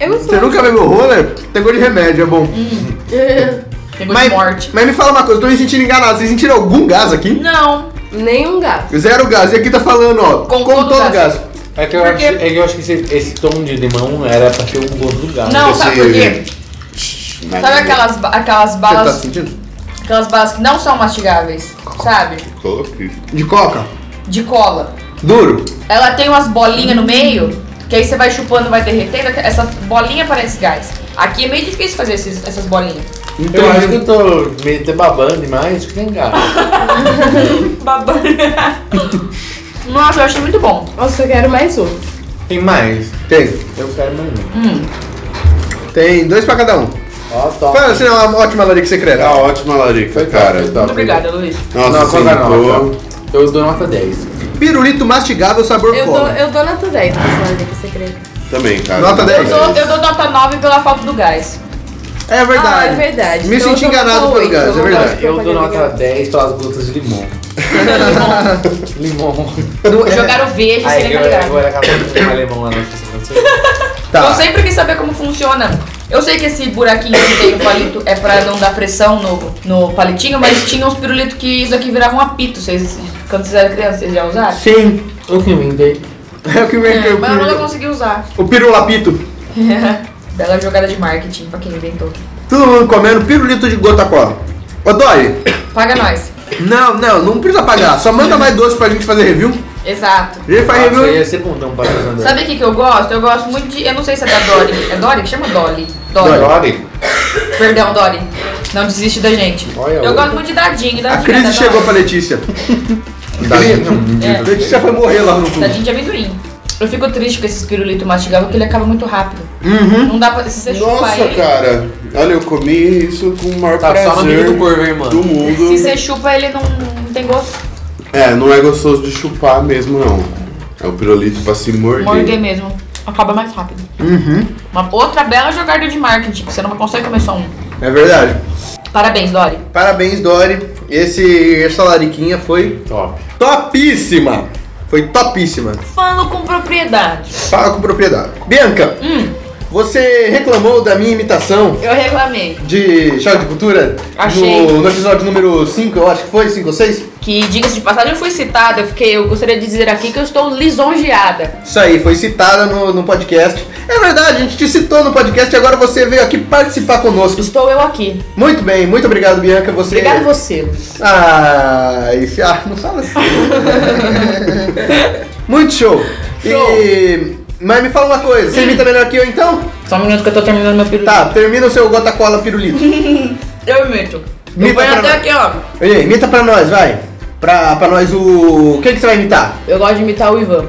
S3: Eu gostei.
S1: Você nunca bebeu roller? Tem gosto de remédio, é bom.
S4: Tem gosto
S1: Mas,
S4: de morte.
S1: mas me fala uma coisa, tô me sentindo enganado. Vocês sentiram algum gás aqui?
S4: Não.
S3: Nenhum um gato.
S1: Zero gás. E aqui tá falando, ó.
S4: Com
S1: como
S4: todo
S1: todo
S4: gás.
S1: gás.
S6: É que eu,
S4: Por quê?
S6: acho, é que eu acho que esse, esse tom de limão era pra ter um gosto do
S1: Ah,
S6: gás.
S4: Não, sabe por quê?
S6: Mas
S4: Sabe
S6: não-
S4: aquelas, ba- aquelas
S1: Você tá
S4: balas.
S1: sentindo?
S4: Aquelas balas que não são mastigáveis, sabe?
S5: Coloquei.
S1: De coca?
S4: De cola.
S1: Duro?
S4: Ela tem umas bolinhas no meio, que aí você vai chupando, vai derretendo. Essa bolinha parece gás. Aqui é meio difícil fazer esses- essas bolinhas.
S6: Eu acho que eu tô meio até babando demais, acho que tem gás.
S4: Babando. Nossa, eu achei muito bom.
S3: Nossa, eu quero mais um.
S6: Tem mais?
S1: Tem.
S6: Eu quero mais um.
S1: Tem dois pra cada um.
S6: Ó, top.
S1: Fala, você é uma ótima larica secreta.
S5: Tá ótima, Larica, cara. Tá
S4: Muito obrigada, Luiz.
S5: Nossa,
S6: Não, qual
S5: sim,
S6: que é a
S5: boa.
S6: Eu dou nota 10.
S1: Pirulito mastigável sabor
S3: Eu dou,
S1: cola.
S3: eu dou nota 10 pra essa dica secreta.
S5: Também, cara.
S1: Nota 10.
S4: Eu dou, eu dou nota 9 pela falta do gás.
S1: É
S3: Ah,
S1: verdade.
S3: é verdade.
S1: Me
S3: Então eu
S1: senti
S3: dou nota
S1: enganado pelo
S3: oito,
S1: gás, é
S3: eu gosto
S1: verdade.
S3: de
S6: Eu dou
S3: propaganda
S6: nota
S3: enganosa.
S6: 10 pelas gotas de limão. limão.
S1: Não, é-
S4: Jogaram verde, sem
S6: Aí eu
S4: legalidade.
S6: agora acabou de tomar limão lá na piscina.
S1: Tá.
S4: Eu sempre quis saber como funciona. Eu sei que esse buraquinho que tem no palito é pra não dar pressão no, no palitinho, mas tinha uns pirulitos que isso aqui virava um apito. Vocês, quando vocês eram crianças, vocês já usaram?
S1: Sim.
S6: Eu que inventei.
S1: É o que vem
S4: É, mas eu nunca consegui usar.
S1: O pirulapito.
S4: Bela jogada de marketing pra quem inventou.
S1: Todo mundo comendo pirulito de gota cola. Ô, Dori.
S4: Paga nós.
S1: Não, não, não precisa pagar. Só manda mais doce pra gente fazer review.
S4: Exato.
S1: A gente faz
S6: Nossa,
S1: review.
S6: ia ser bom ter um patrocinador.
S4: Sabe o que, que eu gosto? Eu gosto muito de. Eu não sei se é da Dory. É Dory? que Chama Dolly. Dolly.
S6: Dori?
S4: Perdão, Dory. Não desiste da gente.
S6: Olha,
S4: eu
S6: outra.
S4: gosto muito de dadinho. dadinho
S1: A
S4: é da
S1: crise chegou
S4: Dory.
S1: pra Letícia. Tá
S4: É.
S1: Letícia foi morrer lá no fundo.
S4: Dadinho de amendoim. Eu fico triste com esses pirulitos mastigáveis porque ele acaba muito rápido.
S1: Uhum.
S4: Não dá pra. Se você chupar
S5: Nossa,
S4: ele.
S5: cara. Olha, eu comi isso com o maior
S6: Tá
S5: prazer
S6: só no bico do corvo, hein,
S5: do
S6: mano.
S4: Se
S5: mundo.
S4: você chupa, ele não, não tem gosto.
S5: É, não é gostoso de chupar mesmo, não. É o pirulito pra se morder.
S4: Morder mesmo. Acaba mais rápido.
S1: Uhum.
S4: Uma outra bela jogada de marketing. que Você não consegue comer só um.
S1: É verdade.
S4: Parabéns, Dory.
S1: Parabéns, Dori. Esse, essa lariquinha foi
S6: Top.
S1: topíssima. Foi topíssima.
S4: Falo com propriedade.
S1: Fala com propriedade. Bianca,
S4: Hum.
S1: você reclamou da minha imitação
S4: Eu reclamei.
S1: de Choque de Cultura?
S4: Achei.
S1: No, no episódio número 5, eu acho que foi, 5 ou 6?
S4: Que, diga-se de passagem, eu fui citada. Eu, fiquei, eu gostaria de dizer aqui que eu estou lisonjeada.
S1: Isso aí, foi citada no, no podcast. É verdade, a gente te citou no podcast e agora você veio aqui participar conosco.
S4: Estou eu aqui.
S1: Muito bem, muito obrigado, Bianca. Você.
S4: Obrigado você.
S1: Ah, esse. Ah, não fala assim. muito show. E. Mas me fala uma coisa, você imita melhor que eu então?
S4: Só um minuto que eu tô terminando meu pirulito.
S1: Tá, termina o seu gota cola pirulito.
S4: Eu imito.
S1: Imita
S4: Eu ponho
S1: pra
S4: até
S1: nós.
S4: aqui, ó.
S1: Ei, imita pra nós, vai. Pra, pra nós o. Quem que você vai imitar?
S4: Eu gosto de imitar o Ivan.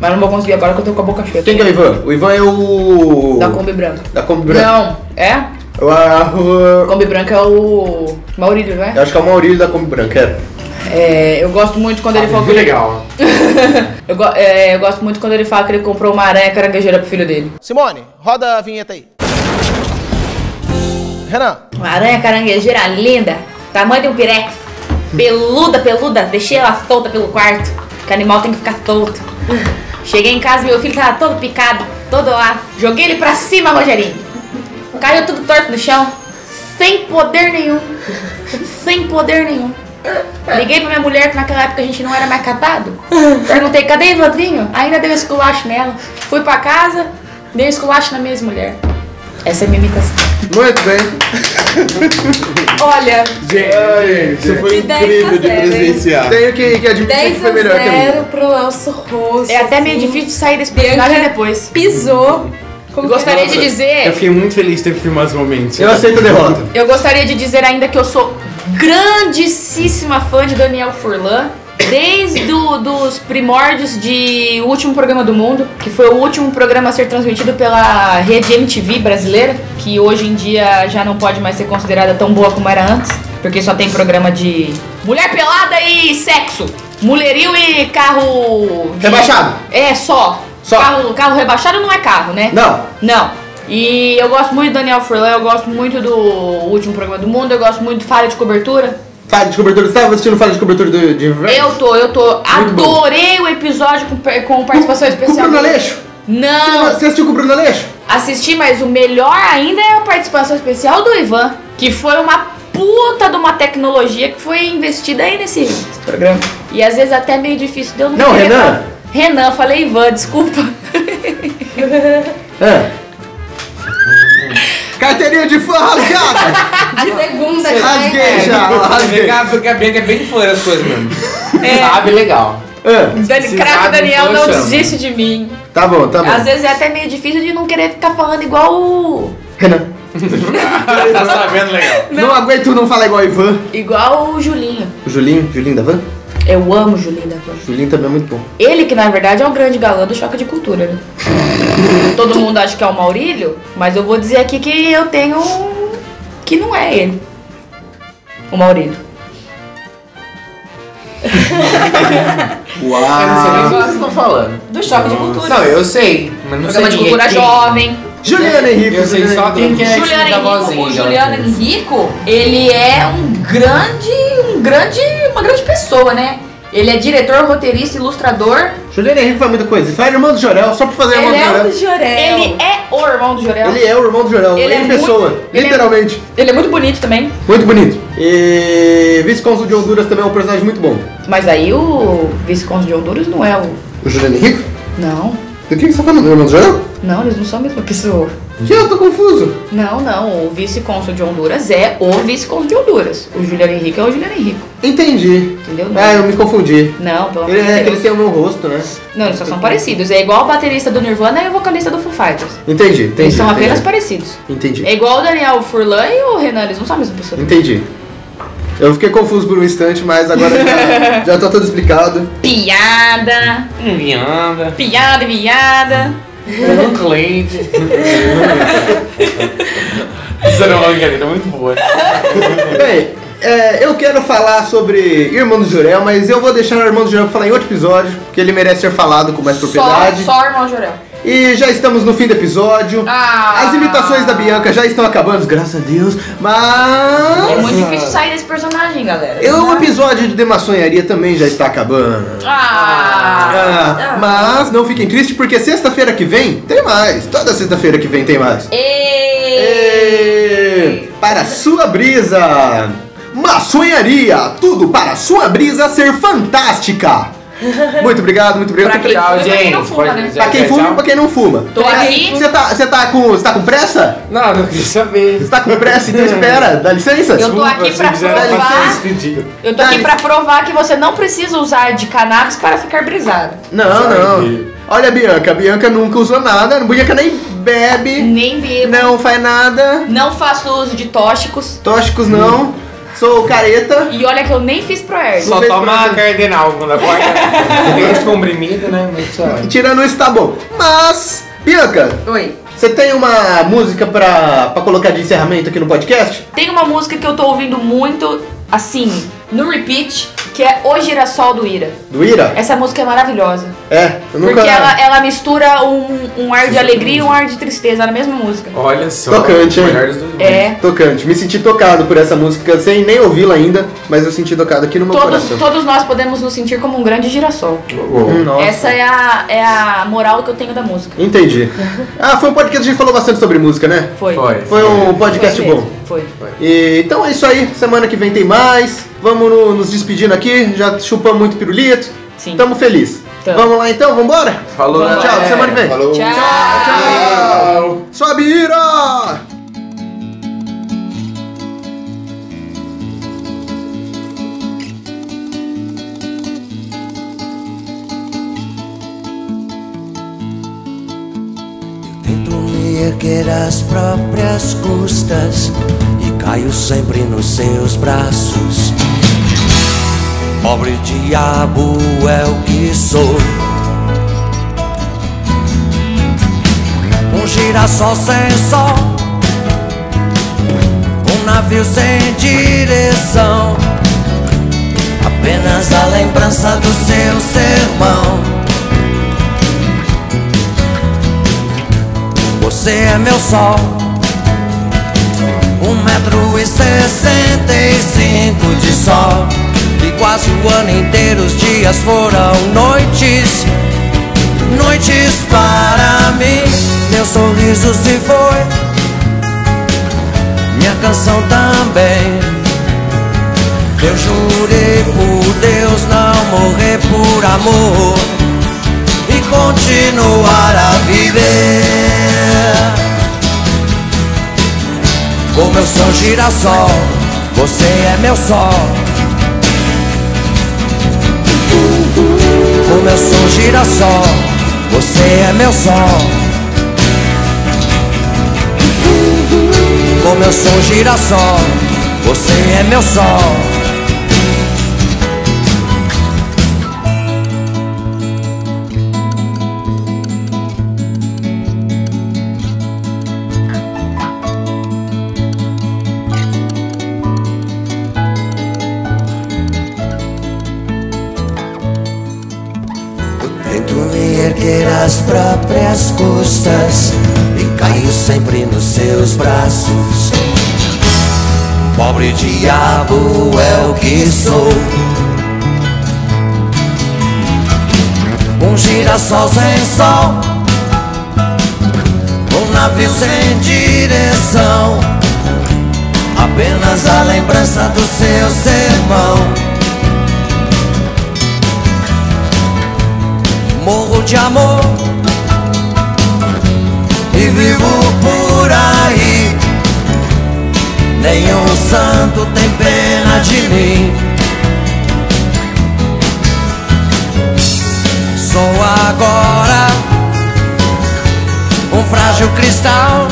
S4: Mas não vou conseguir agora que eu tô com a boca cheia.
S1: Quem que é o Ivan? O Ivan é o.
S4: Da Kombi Branca.
S1: Da Kombi Branca.
S4: Não, é?
S1: O, a- o-
S4: Kombi Branca é o Maurílio, né?
S1: eu acho que é o Maurílio da Kombi Branca, era.
S4: É, eu gosto muito quando ele fala que
S6: Muito
S4: ele-
S6: legal.
S4: eu, go- é, eu gosto muito quando ele fala que ele comprou uma aranha caranguejeira pro filho dele.
S8: Simone, roda a vinheta aí. Renan,
S4: Uma aranha caranguejeira linda, tamanho de um pirex. Peluda, peluda, deixei ela solta pelo quarto, que animal tem que ficar solto. Cheguei em casa, meu filho tava todo picado, todo lá. Joguei ele pra cima, Rogerinho. Caiu tudo torto no chão, sem poder nenhum. Sem poder nenhum. Liguei pra minha mulher, que naquela época a gente não era mais catado. Perguntei, cadê Evandrinho? Ainda deu esculacho nela. Fui pra casa, dei um esculacho na minha ex-mulher. Essa é minha imitação.
S1: Muito bem.
S3: Olha,
S5: Ai, Isso foi
S3: De 10 a
S5: incrível de
S3: zero, hein?
S5: presenciar.
S1: Tenho que, que admitir que
S3: 10
S1: foi
S3: a
S1: melhor que a minha.
S3: 0 pro nosso rosto.
S4: É até meio
S3: assim.
S4: difícil de sair desse
S3: Bianca
S4: personagem depois.
S3: Pisou. Como
S4: Gostaria
S3: que
S4: de
S6: Eu
S4: dizer,
S6: fiquei muito feliz de ter filmado esse momento.
S1: Eu aceito a derrota.
S4: eu gostaria de dizer ainda que eu sou grandíssima fã de Daniel Furlan. desde o- dos primórdios de O Último Programa do Mundo, que foi o último programa a ser transmitido pela rede MTV brasileira, que hoje em dia já não pode mais ser considerada tão boa como era antes, porque só tem programa de mulher pelada e sexo, mulherio e carro... de-
S1: Rebaixado.
S4: É, só.
S1: Só.
S4: Carro, carro rebaixado não é carro, né?
S1: Não.
S4: Não. E eu gosto muito do Daniel Furlan, eu gosto muito do Último Programa do Mundo, eu gosto muito do Falha de Cobertura.
S1: Falha de cobertura, você tava assistindo falha de cobertura do, de
S4: Eu tô, eu tô.
S1: bom.
S4: Adorei o episódio com, per- com participação especial.
S1: com o Bruno Aleixo?
S4: Não.
S1: Você assistiu com o Bruno Aleixo?
S4: Assisti, mas o melhor ainda é a participação especial do Ivan, que foi uma puta de uma tecnologia que foi investida aí nesse programa. E às vezes até meio difícil de eu não
S1: Não,
S4: querer
S1: Renan.
S4: falar. Renan, falei Ivan, desculpa.
S1: Ah. Carteirinha de fã rasgada!
S3: A segunda
S1: Sei lá,
S3: já,
S1: gente.
S3: né?
S1: Já,
S2: Vem cá, porque a Bianca é bem de fuleira as coisas mesmo.
S10: Sabe, legal.
S1: É.
S4: Dani,
S2: Se
S4: craco
S2: sabe,
S4: Daniel,
S2: eu
S4: não
S2: chamo.
S4: desiste de mim.
S1: Tá bom, tá bom.
S4: Às vezes é até meio difícil de não querer ficar falando igual o.
S1: Renan.
S2: tá sabendo legal.
S1: Não. aguento não falar igual o Ivan.
S4: igual o Julinho.
S1: O Julinho, Julinho da Van?
S4: Eu amo o Julinho da Van.
S1: Julinho também é muito bom.
S4: Ele que na verdade é o grande galã do choque de cultura, né? Todo mundo acha que é o Maurílio, mas eu vou dizer aqui que eu tenho. um que não é ele. O Maurílio.
S1: Uau!
S10: Eu não sei nem o que vocês estão falando.
S4: Do choque de cultura.
S10: Não, eu sei. Mas não sei
S4: Programa de
S10: quem é
S4: cultura
S10: quem.
S4: jovem.
S1: Juliana Henrique.
S10: Eu sei só quem que é que
S4: Juliano
S10: dá
S4: Henrico,
S10: vozinha.
S4: o Juliano Henrico, ele é um grande, um grande, uma grande pessoa, né? Ele é diretor, roteirista, ilustrador.
S1: Juliana Henrique faz muita coisa. Faz irmão do Jorel, só pra fazer irmão
S4: é. Ele
S1: do
S4: é,
S1: Jorel.
S4: o Jorel. ele é o irmão do Jorel.
S1: Ele é o irmão do Jorel,
S4: Ele
S1: ele,
S4: é
S1: em
S4: muito-
S1: pessoa,
S4: ele é-
S1: literalmente.
S4: Ele é muito bonito também.
S1: Muito bonito. E Visconde de Honduras também é um personagem muito bom.
S4: Mas aí o Visconde de Honduras não é o.
S1: O Juliano Henrique?
S4: Não.
S1: Do que que você tá falando? O irmão do Jorel?
S4: Não, eles não são a mesma pessoa.
S1: Que eu tô confuso.
S4: Não, não. O vice-cônsul de Honduras é o vice-cônsul de Honduras. O Juliano Henrique é o Juliano Henrique.
S1: Entendi.
S4: Entendeu? Não.
S1: Ah, eu me confundi.
S4: Não, pelo amor
S1: Ele,
S4: de
S1: é que
S4: Deus.
S1: eles têm o meu rosto, né?
S4: Não, eles só são parecidos. É igual o baterista do Nirvana e o vocalista do Foo Fighters.
S1: Entendi, entendi.
S4: eles são apenas
S1: entendi.
S4: parecidos.
S1: Entendi.
S4: É igual o Daniel Furlan e o Renan, eles não são a mesma pessoa.
S1: Entendi. Eu fiquei confuso por um instante, mas agora já, já tá tudo explicado.
S4: Piada,
S2: Vianda.
S4: piada, piada.
S2: Um cliente. Isso era uma
S6: tá
S2: brincadeira muito boa.
S1: Bem, é, eu quero falar sobre Irmão do Jurel, mas eu vou deixar o Irmão do Jurel pra falar em outro episódio, porque ele merece ser falado com mais
S4: Só,
S1: propriedade.
S4: só o irmão Jorel.
S1: E já estamos no fim do episódio.
S4: Ah.
S1: As imitações da Bianca já estão acabando, graças a Deus. Mas.
S4: É muito difícil sair desse personagem, galera.
S1: Eu, o É um episódio de Demasonharia também já está acabando.
S4: Ah!
S1: Ah, mas não fiquem tristes, porque sexta-feira que vem tem mais. Toda sexta-feira que vem tem mais. Ê! Para sua brisa! Maçonharia! Tudo para sua brisa ser fantástica! Muito obrigado, muito obrigado.
S4: Pra quem
S1: Muito obrigado.
S4: fuma, pra quem não fuma, né?
S1: Pra Tá quem fuma e pra quem não fuma.
S4: Tô aqui.
S1: Você tá, você tá com. Você tá com pressa?
S2: Não, não queria saber.
S1: Você tá com pressa? Então espera, dá licença.
S4: Eu tô aqui pra provar. Eu tô aqui pra provar que você não precisa usar de cannabis para ficar brisado.
S1: Não, não. Olha a Bianca, a Bianca nunca usou nada, a Bianca nem bebe,
S4: Nem bebo.
S1: não faz nada,
S4: Não faço uso de tóxicos.
S1: tóxicos não, sou careta.
S4: E olha que eu nem fiz pro Air.
S2: Só toma a cardenal quando acorda.
S12: é?
S2: Tem uns comprimidos, né? Mas só.
S1: E Tirando isso, tá bom. Mas, Bianca,
S11: Oi.
S1: você tem uma música pra, pra colocar de encerramento aqui no podcast?
S4: Tem uma música que eu tô ouvindo muito, assim, no repeat, que é O Girassol do Ira.
S1: Do Ira?
S4: Essa música é maravilhosa.
S1: É, eu nunca.
S4: Porque ela, ela mistura um, um ar de alegria e um ar de tristeza na mesma música.
S6: Olha só.
S1: Tocante, hein?
S6: melhor dos dois mundos.
S4: É.
S1: Tocante, me senti tocado por essa música sem nem ouvi-la ainda, mas eu senti tocado aqui no meu
S4: Todos,
S1: coração.
S4: todos nós podemos nos sentir como um grande girassol.
S1: Hum, nossa.
S4: Essa é a, é a moral que eu tenho da música.
S1: Entendi. Ah, foi um podcast que a gente falou bastante sobre música, né?
S4: Foi.
S6: Foi.
S1: Foi um podcast
S4: Foi
S1: bom.
S4: mesmo, Foi.
S1: E, então é isso aí, semana que vem tem mais. Vamos no- nos despedindo aqui, já chupamos muito pirulito.
S4: Sim.
S1: Tamo feliz.
S4: Tamo.
S1: Vamos lá então, vambora?
S6: Falou,
S1: Tchau,
S6: galera.
S1: semana que vem.
S5: Falou.
S1: Tchau. Sobe ira!
S12: Tento me erguer às próprias custas e caio sempre nos seus braços. Pobre diabo é o que sou. Um girassol sem sol, um navio sem direção. Apenas a lembrança do seu sermão. Você é meu sol, um metro e sessenta e cinco de sol. E quase o ano inteiro os dias foram noites, noites para mim. Meu sorriso se foi, minha canção também. Eu jurei por Deus não morrer por amor e continuar a viver. Como eu sou girassol, você é meu sol. Como eu sou girassol, você é meu sol. Como eu sou girassol, você é meu sol. Tento me erguer às próprias custas e caio sempre nos seus braços. Pobre diabo é o que sou. Um girassol sem sol, um navio sem direção. Apenas a lembrança do seu sermão. morro de amor e vivo por aí. Nenhum santo tem pena de mim. Sou agora um frágil cristal,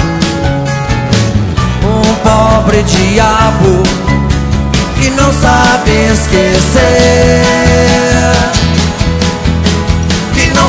S12: um pobre diabo que não sabe esquecer que não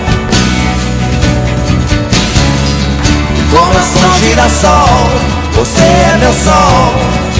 S12: Como eu sou girassol, você é meu sol.